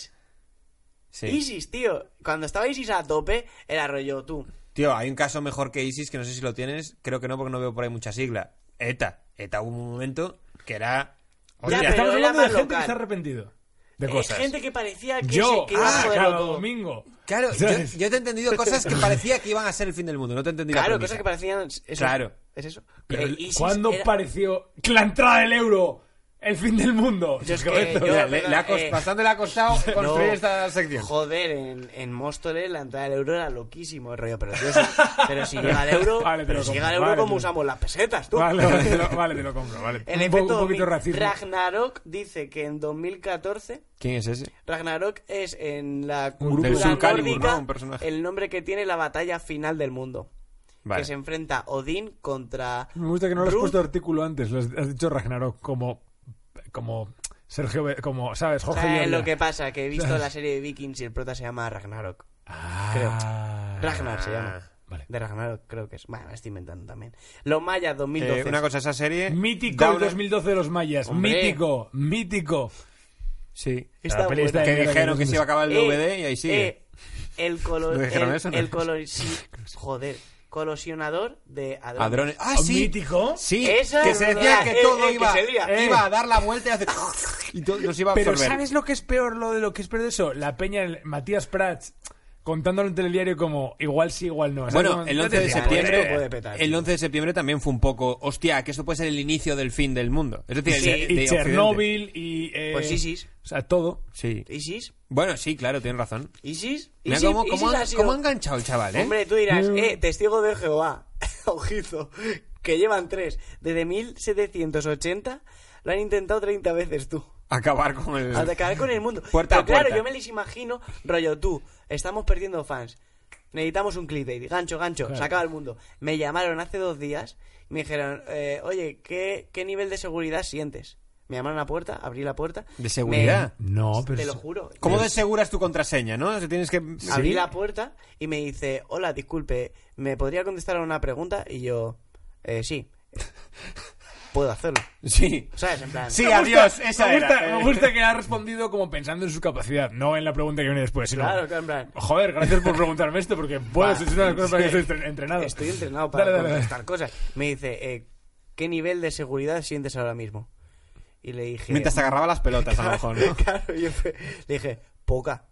Speaker 1: Sí.
Speaker 2: ISIS, tío. Cuando estaba ISIS a tope, era rollo tú.
Speaker 1: Tío, hay un caso mejor que ISIS que no sé si lo tienes. Creo que no, porque no veo por ahí mucha sigla. ETA. ETA hubo un momento que era.
Speaker 2: Ya,
Speaker 1: Hostia,
Speaker 2: pero
Speaker 3: estamos
Speaker 2: era
Speaker 3: hablando de
Speaker 2: más
Speaker 3: gente
Speaker 2: local.
Speaker 3: que está arrepentido de
Speaker 2: Eh,
Speaker 3: cosas.
Speaker 2: gente que parecía que,
Speaker 3: Yo,
Speaker 2: se, que iba a
Speaker 3: ah,
Speaker 2: joderlo
Speaker 3: cada
Speaker 2: todo.
Speaker 3: domingo.
Speaker 1: Claro, yo,
Speaker 3: ¿Sabes?
Speaker 1: yo te he entendido cosas que parecía que iban a ser el fin del mundo. No te he entendido.
Speaker 2: Claro, cosas que parecían. eso-
Speaker 1: Claro.
Speaker 2: Es eso.
Speaker 3: Pero
Speaker 2: Eh,
Speaker 3: el-
Speaker 2: ISIS
Speaker 3: ¿Cuándo
Speaker 2: era-
Speaker 3: pareció que la entrada del euro? El fin del mundo.
Speaker 2: Yo es que-
Speaker 3: Correcto.
Speaker 2: yo-
Speaker 1: Mira, le- le ha cost-
Speaker 2: eh,
Speaker 1: bastante le ha costado construir
Speaker 2: No.
Speaker 1: esta sección.
Speaker 2: Joder, en, en Móstoles la entrada del euro era loquísimo, el rollo. Pero, tío, si- pero si llega el euro,
Speaker 3: Vale, te
Speaker 2: pero
Speaker 3: lo
Speaker 2: si
Speaker 3: compro,
Speaker 2: llega el euro,
Speaker 3: vale,
Speaker 2: ¿cómo
Speaker 3: te-
Speaker 2: usamos las pesetas, tú?
Speaker 3: Vale, vale, te lo, vale, te lo compro. Vale.
Speaker 2: El
Speaker 3: un, po-
Speaker 2: efecto
Speaker 3: un poquito
Speaker 2: domi-
Speaker 3: racismo.
Speaker 2: Ragnarok dice que en 2014
Speaker 1: ¿Quién es ese?
Speaker 2: Ragnarok es en la
Speaker 3: Un grupo
Speaker 2: cultura
Speaker 1: Del Soul Calibur,
Speaker 2: nórdica
Speaker 1: ¿no? Un personaje.
Speaker 2: el nombre que tiene la batalla final del mundo.
Speaker 1: Vale.
Speaker 2: que se enfrenta Odín contra.
Speaker 3: Me gusta que no lo has
Speaker 2: Brut.
Speaker 3: puesto artículo antes, lo has has dicho Ragnarok como, como Sergio, Be- como, ¿sabes?
Speaker 2: O sea,
Speaker 3: Jorge
Speaker 2: es
Speaker 3: Llorca.
Speaker 2: lo que pasa, que he visto la serie de Vikings y el prota se llama Ragnarok.
Speaker 3: Ah.
Speaker 2: Ragnar se llama.
Speaker 3: Vale.
Speaker 2: De Ragnarok creo que es. Bueno, me estoy inventando también. Los mayas 2012.
Speaker 1: Eh, una cosa, esa serie.
Speaker 3: Mítico
Speaker 1: da
Speaker 3: el
Speaker 1: una-
Speaker 3: 2012 de los mayas.
Speaker 1: Hombre.
Speaker 3: Mítico, mítico.
Speaker 1: Sí.
Speaker 2: Está
Speaker 3: La peli
Speaker 2: buena.
Speaker 3: está de
Speaker 1: Que
Speaker 3: mierda
Speaker 1: dijeron
Speaker 3: nos
Speaker 1: que se iba a acabar el
Speaker 2: Eh,
Speaker 1: DVD y ahí sigue.
Speaker 2: eh, el color.
Speaker 1: ¿No dijeron
Speaker 2: el,
Speaker 1: eso, no?
Speaker 2: el color- sí, joder. Colosionador de Adrones.
Speaker 1: Ladrones. Ah, sí.
Speaker 3: mítico.
Speaker 1: Sí,
Speaker 2: Esa
Speaker 1: que
Speaker 2: es
Speaker 1: se
Speaker 2: verdad.
Speaker 1: decía que
Speaker 2: Eh,
Speaker 1: todo
Speaker 2: eh, que
Speaker 1: iba,
Speaker 2: se lía.
Speaker 1: eh, iba a dar la vuelta y hacer... Y todo, nos iba a
Speaker 3: Pero
Speaker 1: absorber.
Speaker 3: ¿sabes lo que es peor lo de lo que es peor de eso? La peña el- Matías Prats contándolo en telediario como igual sí, igual no. ¿Sabes?
Speaker 1: Bueno,
Speaker 3: Como,
Speaker 1: el
Speaker 3: ya
Speaker 1: 11
Speaker 3: te
Speaker 1: de
Speaker 3: decía,
Speaker 1: septiembre
Speaker 2: esto puede petar,
Speaker 1: el
Speaker 2: tío.
Speaker 1: 11 de septiembre también fue un poco, hostia, que esto puede ser el inicio del fin del mundo. Es decir, el
Speaker 2: Sí.
Speaker 1: de-
Speaker 3: Y
Speaker 1: de Occidente.
Speaker 3: Chernóbil y... eh,
Speaker 2: Pues ISIS.
Speaker 3: O sea, todo.
Speaker 1: Sí.
Speaker 2: ¿Isis?
Speaker 1: Bueno, sí, claro, tienes razón.
Speaker 2: ¿Isis?
Speaker 1: Mira
Speaker 2: ¿Isis?
Speaker 1: cómo,
Speaker 2: ¿Isis
Speaker 1: cómo,
Speaker 2: ha sido-
Speaker 1: cómo ha enganchado el chaval, ¿eh?
Speaker 2: Hombre, tú dirás,
Speaker 3: Mm.
Speaker 2: eh, testigo de Jehová. Ojizo. Que llevan tres. Desde 1780 lo han intentado 30 veces tú.
Speaker 1: Acabar con el...
Speaker 2: Atacar con el mundo.
Speaker 1: Puerta a
Speaker 2: Pero claro,
Speaker 1: puerta.
Speaker 2: yo me les imagino, rollo, tú, estamos perdiendo fans. Necesitamos un clickbait. Gancho, gancho, se acaba el mundo. Me llamaron hace dos días y me dijeron, eh, oye, ¿qué, ¿qué nivel de seguridad sientes? Me llamaron a la puerta, abrí la puerta.
Speaker 1: ¿De seguridad?
Speaker 3: No,
Speaker 2: Me-
Speaker 3: pero...
Speaker 2: te lo
Speaker 3: es-
Speaker 2: juro.
Speaker 1: ¿Cómo deseguras tu contraseña, no? O sea, tienes que...
Speaker 2: Abrí
Speaker 1: Sí.
Speaker 2: la puerta y me dice, hola, disculpe, ¿me podría contestar a una pregunta? Y yo, "Eh, sí, puedo hacerlo.
Speaker 1: Sí.
Speaker 2: ¿Sabes? En plan,
Speaker 1: Sí,
Speaker 3: Me gusta-
Speaker 1: adiós, esa
Speaker 3: me gusta,
Speaker 1: era.
Speaker 3: me gusta que ha respondido como pensando en su capacidad, no en la pregunta que viene después, sino...
Speaker 2: Claro, claro, en plan.
Speaker 3: Joder, gracias por preguntarme esto, porque bueno,
Speaker 2: Va,
Speaker 3: es una de las cosas para que estoy entrenado.
Speaker 2: estoy entrenado para
Speaker 3: Dale, dale, dale.
Speaker 2: contestar cosas. Me dice, "Eh, ¿qué nivel de seguridad sientes ahora mismo? Y le dije...
Speaker 1: Mientras te agarraba las pelotas, a lo mejor, ¿no?
Speaker 2: Claro, yo fue- le dije, poca.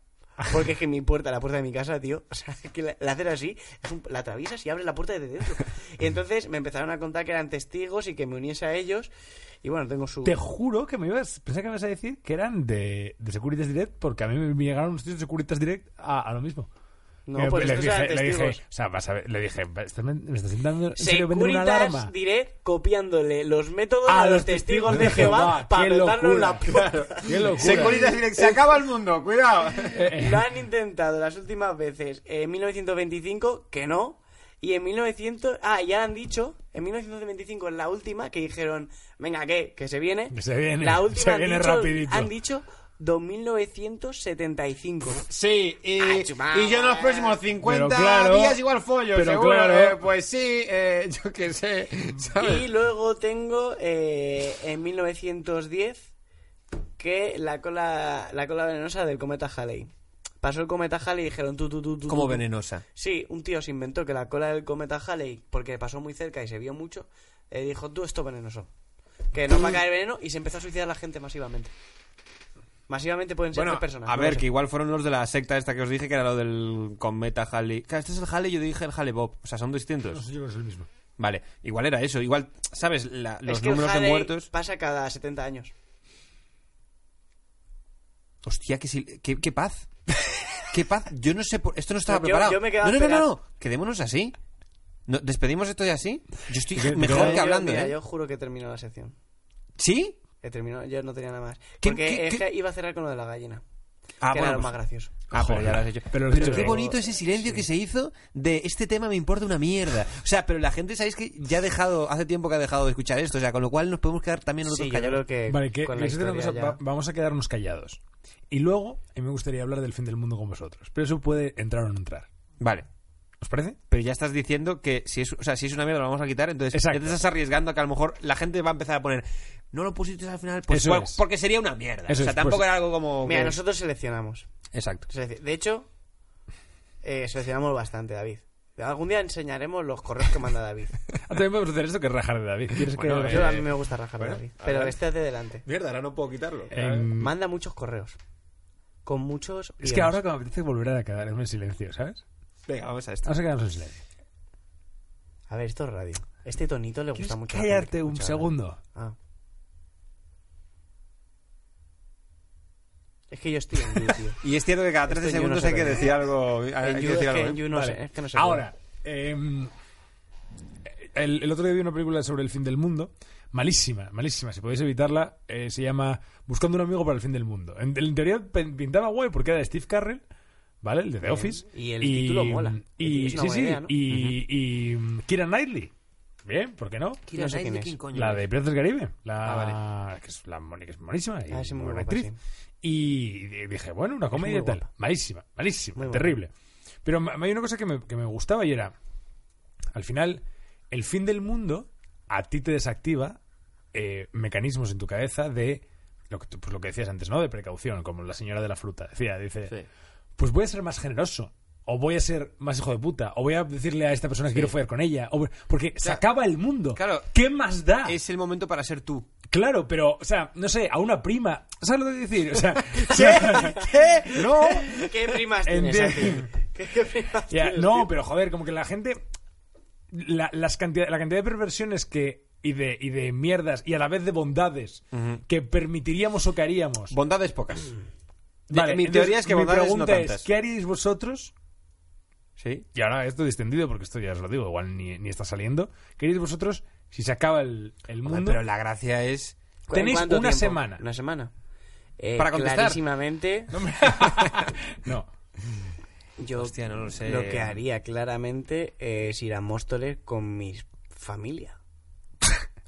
Speaker 2: Porque es que mi puerta, la puerta de mi casa, tío, o sea, que la, la haces así, es un- la atraviesas y abres la puerta desde dentro. Y entonces me empezaron a contar que eran testigos y que me uniese a ellos. Y bueno, tengo su...
Speaker 3: Te juro que me ibas. Pensé que me ibas a decir que eran de, de Securitas Direct, porque a mí me llegaron unos tíos de Securitas Direct a, a lo mismo.
Speaker 2: No,
Speaker 3: Eh,
Speaker 2: pues
Speaker 3: le
Speaker 2: estos eran
Speaker 3: dije, le dije,
Speaker 2: testigos.
Speaker 3: o sea, vas a ver, le dije, "Va, ¿estás men- ¿me estás intentando en serio vender una
Speaker 2: Securitas
Speaker 3: alarma?
Speaker 2: diré copiándole los métodos
Speaker 3: A
Speaker 2: a, los
Speaker 3: los
Speaker 2: testigos
Speaker 3: testigos
Speaker 2: de
Speaker 3: de
Speaker 2: Jehová
Speaker 3: Jehová,
Speaker 2: para
Speaker 3: qué
Speaker 2: meternos la
Speaker 3: locura.
Speaker 2: puerta.
Speaker 3: ¡Qué locura!
Speaker 1: Securitas Direct, se acaba el mundo, cuidado.
Speaker 3: Eh.
Speaker 2: Lo han intentado las últimas veces eh, en 1925, que no. Y en 1900. Ah, ya han dicho. En 1925 es la última que dijeron: Venga, que Que se viene.
Speaker 3: Que se viene,
Speaker 2: La última
Speaker 3: se
Speaker 2: han
Speaker 3: viene
Speaker 2: dicho-
Speaker 3: rapidito.
Speaker 2: Han dicho 2975.
Speaker 1: Sí, y,
Speaker 2: Ah, chumao,
Speaker 1: y yo en los
Speaker 2: eh.
Speaker 1: próximos 50
Speaker 3: Pero claro,
Speaker 1: días igual follo,
Speaker 3: pero
Speaker 1: seguro.
Speaker 3: claro.
Speaker 1: eh, pues sí, eh, yo qué sé. ¿sabes?
Speaker 2: y luego tengo eh, en 1910 que la cola, la cola venenosa del cometa Halley. Pasó el cometa Halley y dijeron: Tú, tú, tú, tú.
Speaker 1: Como
Speaker 2: tú, tú".
Speaker 1: venenosa.
Speaker 2: Sí, un tío se inventó que la cola del cometa Halley, porque pasó muy cerca y se vio mucho, eh, dijo, tú, esto es venenoso. Que nos va a caer veneno y se empezó a suicidar la gente masivamente. Masivamente pueden ser
Speaker 1: Bueno,
Speaker 2: tres personas.
Speaker 1: a
Speaker 2: no
Speaker 1: ver,
Speaker 2: lo sé.
Speaker 1: que igual fueron los de la secta esta que os dije, que era lo del cometa Halley. Claro, este es el Halley, yo dije el Halley Bob. O sea, son distintos.
Speaker 3: No sé, yo creo que es el mismo.
Speaker 1: Vale, igual era eso. Igual, ¿sabes? La- los
Speaker 2: Es que el
Speaker 1: números de
Speaker 2: Halley
Speaker 1: muertos.
Speaker 2: pasa cada 70 años.
Speaker 1: Hostia, qué, sil- qué, qué paz. qué paz. Yo no sé por... Esto no estaba
Speaker 2: Yo-
Speaker 1: preparado.
Speaker 2: yo me he
Speaker 1: no,
Speaker 2: quedado
Speaker 1: no, no, no,
Speaker 2: esperando.
Speaker 1: no. Quedémonos así. No, ¿Despedimos esto ya así? Yo estoy
Speaker 3: Yo-
Speaker 1: mejor
Speaker 3: yo-
Speaker 1: que hablando,
Speaker 2: yo, mira,
Speaker 1: ¿eh?
Speaker 2: yo juro que terminó la sección.
Speaker 1: ¿Sí?
Speaker 2: He terminado, yo no tenía nada más.
Speaker 1: ¿Qué-
Speaker 2: Porque
Speaker 1: qué-
Speaker 2: es
Speaker 1: qué?
Speaker 2: que iba a cerrar con lo de la gallina.
Speaker 1: Ah,
Speaker 2: que
Speaker 1: bueno,
Speaker 2: era lo
Speaker 1: pues-
Speaker 2: más gracioso.
Speaker 1: Ah, pero ya
Speaker 3: Joder.
Speaker 1: lo has hecho.
Speaker 3: Pero lo has
Speaker 1: Pero
Speaker 3: dicho
Speaker 1: qué
Speaker 3: bien.
Speaker 1: bonito ese silencio que se hizo de este tema me importa una mierda. O sea, pero la gente, ¿sabéis que ya ha dejado, hace tiempo que ha dejado de escuchar esto? O sea, con lo cual nos podemos quedar también nosotros
Speaker 2: Sí, yo
Speaker 1: callados.
Speaker 2: creo que
Speaker 3: Vale, que,
Speaker 2: con
Speaker 3: que
Speaker 2: la
Speaker 3: os digo una
Speaker 2: historia
Speaker 3: cosa,
Speaker 2: ya-
Speaker 3: va- vamos a quedarnos callados. Y luego, a mí me gustaría hablar del fin del mundo con vosotros. Pero eso puede entrar o no entrar.
Speaker 1: Vale.
Speaker 3: ¿Os parece?
Speaker 1: Pero ya estás diciendo que si es, o sea, si es una mierda lo vamos a quitar, entonces
Speaker 3: Exacto.
Speaker 1: ya te estás arriesgando a que a lo mejor la gente va a empezar a poner no lo pusiste al final pues,
Speaker 3: Eso
Speaker 1: bueno,
Speaker 3: es.
Speaker 1: porque sería una mierda.
Speaker 3: Eso
Speaker 1: o sea,
Speaker 3: es,
Speaker 1: tampoco
Speaker 3: pues-
Speaker 1: era algo como
Speaker 2: Mira,
Speaker 1: que-
Speaker 2: nosotros seleccionamos.
Speaker 1: Exacto.
Speaker 2: Selec- De hecho, eh, seleccionamos bastante, David. Algún día enseñaremos los correos que manda David.
Speaker 3: Ah, También podemos hacer eso que es rajar de David. eh, ¿Quieres que-
Speaker 2: Yo- yo a mí me gusta rajar de
Speaker 3: bueno,
Speaker 2: David. Pero este es de delante.
Speaker 1: Mierda, ahora no puedo quitarlo.
Speaker 3: en-
Speaker 2: Manda muchos correos. Con muchos.
Speaker 3: Es que
Speaker 2: guiones.
Speaker 3: ahora que me apetece volver a quedarme en silencio, ¿sabes?
Speaker 1: Venga, vamos a esto.
Speaker 3: Vamos a quedarnos en silencio.
Speaker 2: A ver, esto es radio. Este tonito le gusta
Speaker 3: ¿Quieres
Speaker 2: mucho. a la gente que
Speaker 3: callarte un
Speaker 2: escucha
Speaker 3: segundo?
Speaker 2: radio. Ah. Es que yo estoy en You, tío.
Speaker 3: Eh,
Speaker 1: Y es cierto que cada 13
Speaker 2: Esto yo no
Speaker 1: segundos
Speaker 2: sé
Speaker 1: hay que
Speaker 2: qué-
Speaker 1: decir algo, hay
Speaker 2: En
Speaker 1: hay que
Speaker 2: You-
Speaker 1: decir
Speaker 2: es que
Speaker 1: algo.
Speaker 2: en
Speaker 1: ¿eh?
Speaker 2: You no
Speaker 3: Vale.
Speaker 2: sé, es que no sé
Speaker 3: Ahora, em, el, el otro día vi una película sobre el fin del mundo, malísima, malísima. Si podéis evitarla, eh, se llama Buscando un amigo para el fin del mundo. En, en teoría pe- pintaba guay porque era de Steve Carrell, ¿vale? El de The
Speaker 2: Bien.
Speaker 3: Office.
Speaker 2: Y el título mola.
Speaker 3: Y,
Speaker 2: Es una
Speaker 3: sí,
Speaker 2: buena
Speaker 3: sí,
Speaker 2: idea, ¿no?
Speaker 3: y, y Kira Knightley. Bien, ¿por qué no?
Speaker 1: Kira
Speaker 2: No
Speaker 1: Knightley,
Speaker 2: sé quién es.
Speaker 1: ¿quién coño
Speaker 3: La
Speaker 1: es?
Speaker 3: de Piratas del Caribe, la
Speaker 1: Ah,
Speaker 3: que es la moni- que es buenísima y
Speaker 2: Ah, sí, muy
Speaker 3: muy buena
Speaker 2: guapa,
Speaker 3: actriz. Y di- dije, bueno, una comedia
Speaker 2: muy
Speaker 3: y tal.
Speaker 2: guapa.
Speaker 3: Malísima, malísima,
Speaker 2: Muy guapa.
Speaker 3: terrible. Pero ma- hay una cosa que me, que me gustaba y era, al final, el fin del mundo a ti te desactiva eh, mecanismos en tu cabeza de lo que, tú- pues lo que decías antes, ¿no? De precaución, como la señora de la fruta decía, dice,
Speaker 1: Sí.
Speaker 3: pues voy a ser más generoso. O voy a ser más hijo de puta. O voy a decirle a esta persona que quiero follar con ella. o voy- porque se
Speaker 1: Claro.
Speaker 3: acaba el mundo.
Speaker 1: Claro.
Speaker 3: ¿Qué más da?
Speaker 1: Es el momento para ser tú.
Speaker 3: Claro, pero, o sea, no sé, a una prima. ¿Sabes lo que quiero decir? O sea, ¿Qué? ¿Qué? No.
Speaker 2: ¿Qué primas
Speaker 3: tienes,
Speaker 2: tienes?
Speaker 3: Enti-
Speaker 2: ¿Qué, qué primas
Speaker 3: Ya,
Speaker 2: tienes?
Speaker 3: no, pero joder, como que la gente. La, las cantidad, la cantidad de perversiones que. Y de, y de mierdas y a la vez de bondades que permitiríamos o que haríamos.
Speaker 1: Bondades pocas.
Speaker 3: Vale,
Speaker 1: mi
Speaker 3: entonces,
Speaker 1: teoría es que
Speaker 3: mi
Speaker 1: bondades no
Speaker 3: pregunta
Speaker 1: tantas.
Speaker 3: es, ¿qué haríais vosotros?
Speaker 1: Sí.
Speaker 3: Y ahora esto distendido, porque esto ya os lo digo, igual ni, ni está saliendo. ¿Qué haríais vosotros si se acaba el, el mundo?
Speaker 1: Pero la gracia es.
Speaker 2: ¿Cu-
Speaker 3: Tenéis
Speaker 2: cuánto
Speaker 3: una
Speaker 2: tiempo?
Speaker 3: semana.
Speaker 2: Una semana. Eh,
Speaker 1: Para contestar.
Speaker 2: Clarísimamente,
Speaker 3: No, hombre. no.
Speaker 2: yo
Speaker 1: Hostia, no lo sé.
Speaker 2: lo que haría claramente es ir a Móstoles con mi familia.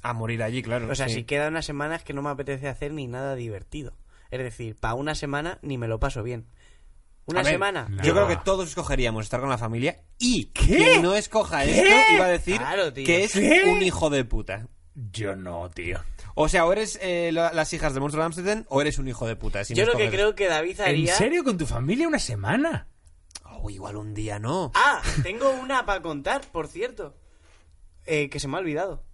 Speaker 1: A morir allí, claro.
Speaker 2: O sea,
Speaker 1: sí.
Speaker 2: si queda unas semanas que no me apetece hacer ni nada divertido. Es decir, para una semana ni me lo paso bien. ¿Una
Speaker 1: A ver,
Speaker 2: semana?
Speaker 3: no.
Speaker 1: Yo creo
Speaker 3: Ah.
Speaker 1: que todos escogeríamos estar con la familia y
Speaker 3: ¿Qué?
Speaker 1: quien no escoja
Speaker 3: ¿Qué?
Speaker 1: esto iba a decir
Speaker 2: Claro, tío.
Speaker 1: que es
Speaker 3: ¿Qué?
Speaker 1: un hijo de puta.
Speaker 3: Yo no, tío.
Speaker 1: O sea, o eres eh, la- las hijas de Monstruo de Amsterdam o eres un hijo de puta. si
Speaker 2: Yo
Speaker 1: no
Speaker 2: lo que
Speaker 1: escoges-
Speaker 2: creo que David
Speaker 3: ¿En
Speaker 2: haría...
Speaker 3: serio con tu familia una semana?
Speaker 1: Oh, igual un día no.
Speaker 2: Ah, tengo una para contar, por cierto. Eh, que se me ha olvidado.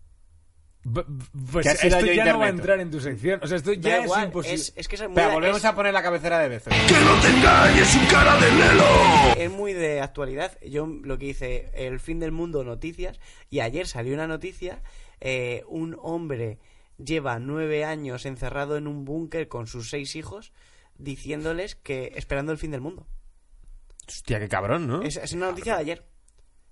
Speaker 3: B- b- Pues
Speaker 1: Que ha
Speaker 3: esto
Speaker 1: sido
Speaker 3: ya
Speaker 1: yo
Speaker 3: no va a
Speaker 1: internet.
Speaker 3: entrar en tu sección. O sea, esto
Speaker 2: Da
Speaker 3: ya es
Speaker 2: igual,
Speaker 3: imposible.
Speaker 2: es- es que esa es muy-
Speaker 1: Espera, volvemos
Speaker 2: es-
Speaker 1: a poner la cabecera de Bezo.
Speaker 5: ¡Que no te engañes, un cara de Nelo!
Speaker 2: Es muy de actualidad. Yo lo que hice, el fin del mundo noticias, y ayer salió una noticia, eh, un hombre lleva nueve años encerrado en un búnker con sus seis hijos, diciéndoles que esperando el fin del mundo.
Speaker 1: Hostia, qué cabrón, ¿no?
Speaker 2: Es, es una noticia de ayer.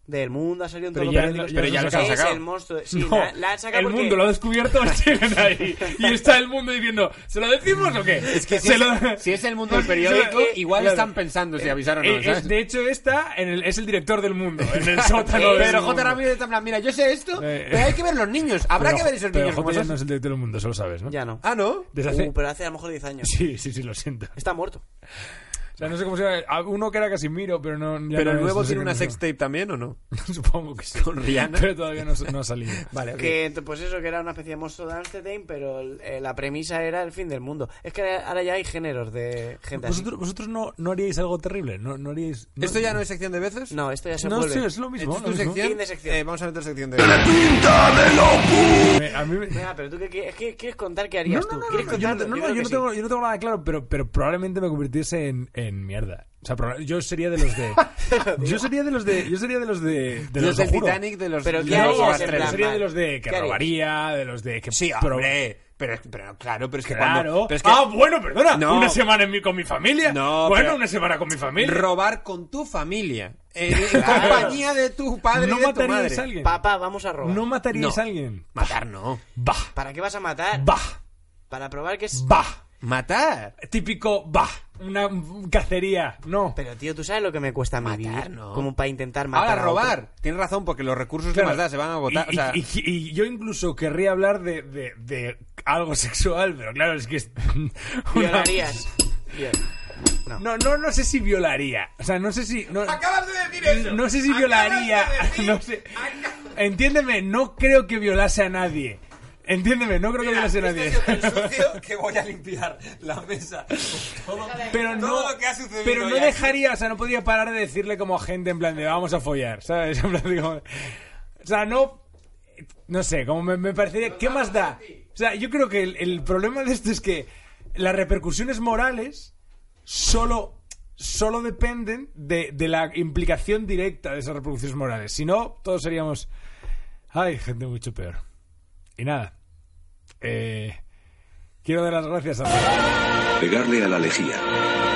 Speaker 2: Del mundo ha salido en
Speaker 3: Pero
Speaker 2: todos
Speaker 3: ya
Speaker 2: los periódicos,
Speaker 3: lo- ya
Speaker 1: los
Speaker 2: es
Speaker 1: han sacado.
Speaker 2: el monstruo. Sí,
Speaker 3: No,
Speaker 2: la, la han sacado
Speaker 3: el
Speaker 2: porque-
Speaker 3: mundo lo ha descubierto siguen ahí. Y está el mundo diciendo, ¿se lo decimos o qué?
Speaker 1: Es que si,
Speaker 3: Se
Speaker 1: es,
Speaker 3: lo-
Speaker 1: si es el mundo del
Speaker 3: Eh,
Speaker 1: periódico,
Speaker 3: eh,
Speaker 1: igual
Speaker 3: claro.
Speaker 1: están pensando si avisar o no,
Speaker 3: Eh, es-
Speaker 1: ¿sabes?
Speaker 3: de hecho, está en el- es el director del mundo, en el sótano. del
Speaker 1: Pero
Speaker 3: mundo.
Speaker 1: J. Ramírez está en plan, mira, yo sé esto,
Speaker 3: Eh,
Speaker 1: pero hay que ver los niños. Habrá
Speaker 3: Pero-
Speaker 1: que ver esos
Speaker 3: pero
Speaker 1: niños como
Speaker 3: J ya
Speaker 1: son.
Speaker 3: no es el director del mundo, eso lo sabes, ¿no?
Speaker 2: Ya no.
Speaker 1: Ah, ¿no?
Speaker 3: Desde hace-
Speaker 2: Uh, pero hace a lo mejor diez años.
Speaker 3: Sí, sí, sí, lo siento.
Speaker 2: Está muerto.
Speaker 3: O sea, no sé cómo se llama. Ah, Uno que era Casimiro, pero no. ya
Speaker 1: Pero
Speaker 3: no
Speaker 1: el
Speaker 3: es,
Speaker 1: nuevo
Speaker 3: no sé
Speaker 1: tiene
Speaker 3: qué
Speaker 1: una
Speaker 3: nombre.
Speaker 1: sextape también, ¿o no?
Speaker 3: Supongo que sí.
Speaker 1: Con Rihanna.
Speaker 3: Pero todavía no, no ha salido.
Speaker 1: Vale, ok.
Speaker 2: Que t- pues eso, que era una especie de monstruo de Amsterdam, pero el- eh, la premisa era el fin del mundo. Es que ahora ahora ya hay géneros de gente así.
Speaker 3: ¿Vosotros, vosotros no, no haríais algo terrible? ¿No, no haríais...?
Speaker 1: ¿Esto ya no es sección de veces?
Speaker 2: No, esto ya se
Speaker 3: No
Speaker 2: vuelve.
Speaker 3: sé, es lo mismo.
Speaker 1: ¿Es tu
Speaker 3: lo mismo.
Speaker 1: sección?
Speaker 2: Fin de sección.
Speaker 1: Eh, vamos a meter sección de
Speaker 5: ¡Pinta de Lopus!
Speaker 3: Me- a mí me-
Speaker 2: Venga, pero tú qué, qué- es que quieres contar qué
Speaker 3: No,
Speaker 2: harías
Speaker 3: no,
Speaker 2: tú.
Speaker 3: no, no,
Speaker 2: ¿Quieres
Speaker 3: no, yo
Speaker 2: contar?
Speaker 3: no, no,
Speaker 2: Yo creo
Speaker 3: yo
Speaker 2: que
Speaker 3: no
Speaker 2: sí.
Speaker 3: tengo, yo no tengo nada claro, pero, pero probablemente me convirtiese en, en mierda. O sea, proba- yo sería de los de... yo sería de los de... Yo sería de los de... de
Speaker 1: Yo
Speaker 3: los
Speaker 1: del
Speaker 3: lo juro.
Speaker 1: Titanic de los
Speaker 2: Pero ¿qué
Speaker 1: de
Speaker 3: No,
Speaker 1: los
Speaker 2: harías,
Speaker 1: Astros.
Speaker 2: en plan,
Speaker 3: sería de los de
Speaker 2: ¿Qué
Speaker 3: que
Speaker 2: harías?
Speaker 3: robaría, de los de que...
Speaker 1: Sí,
Speaker 3: pro-
Speaker 1: hombre. Pero, pero claro, pero es que
Speaker 3: Claro.
Speaker 1: cuando... pero es que
Speaker 3: Ah, bueno, perdona.
Speaker 1: No.
Speaker 3: Una semana en mi- con mi familia.
Speaker 1: No,
Speaker 3: bueno,
Speaker 1: pero-
Speaker 3: una semana con mi familia.
Speaker 1: Robar con tu familia. En en compañía de tu padre
Speaker 3: ¿No
Speaker 1: y de tu
Speaker 3: mataríais
Speaker 1: madre.
Speaker 3: a alguien?
Speaker 2: Papá, vamos a robar.
Speaker 3: ¿No mataríais
Speaker 1: No.
Speaker 3: a alguien?
Speaker 1: Matar no.
Speaker 3: Bah.
Speaker 2: ¿Para qué vas a matar?
Speaker 3: Bah.
Speaker 2: Para probar que es...
Speaker 3: Bah.
Speaker 1: Matar.
Speaker 3: Típico bah. Una cacería. No.
Speaker 2: Pero tío, ¿tú sabes lo que me cuesta a mí
Speaker 1: Matar,
Speaker 2: vivir?
Speaker 1: no.
Speaker 2: Como para intentar matar
Speaker 1: Ahora,
Speaker 2: a otro.
Speaker 1: robar. Tienes razón, porque los recursos
Speaker 3: Claro.
Speaker 1: que más da se van a agotar.
Speaker 3: Y,
Speaker 1: o sea,
Speaker 3: y- y- y yo incluso querría hablar de, de- de algo sexual, pero claro, es que es. una-
Speaker 2: Violarías. Bien. No.
Speaker 3: No, no, no sé si violaría. O sea, no sé si. No,
Speaker 1: Acabas de decir eso.
Speaker 3: No sé si
Speaker 1: Acabas
Speaker 3: violaría.
Speaker 1: de decir-
Speaker 3: No sé.
Speaker 1: Acabas-
Speaker 3: Entiéndeme, no creo que violase a nadie. Entiéndeme, no creo que violase
Speaker 1: este
Speaker 3: a nadie.
Speaker 1: que voy a limpiar la mesa.
Speaker 3: Pero no, pero no dejaría, o sea, no podría parar de decirle como gente en plan de vamos a follar, ¿sabes? En plan, digo, o sea, no, no sé, como me, me parecería, ¿qué más da? O sea, yo creo que el, el problema de esto es que las repercusiones morales solo, solo dependen de, de la implicación directa de esas repercusiones morales. Si no, todos seríamos, ay, gente mucho peor. Y nada, eh, quiero dar las gracias a...
Speaker 4: Pegarle a la lejía.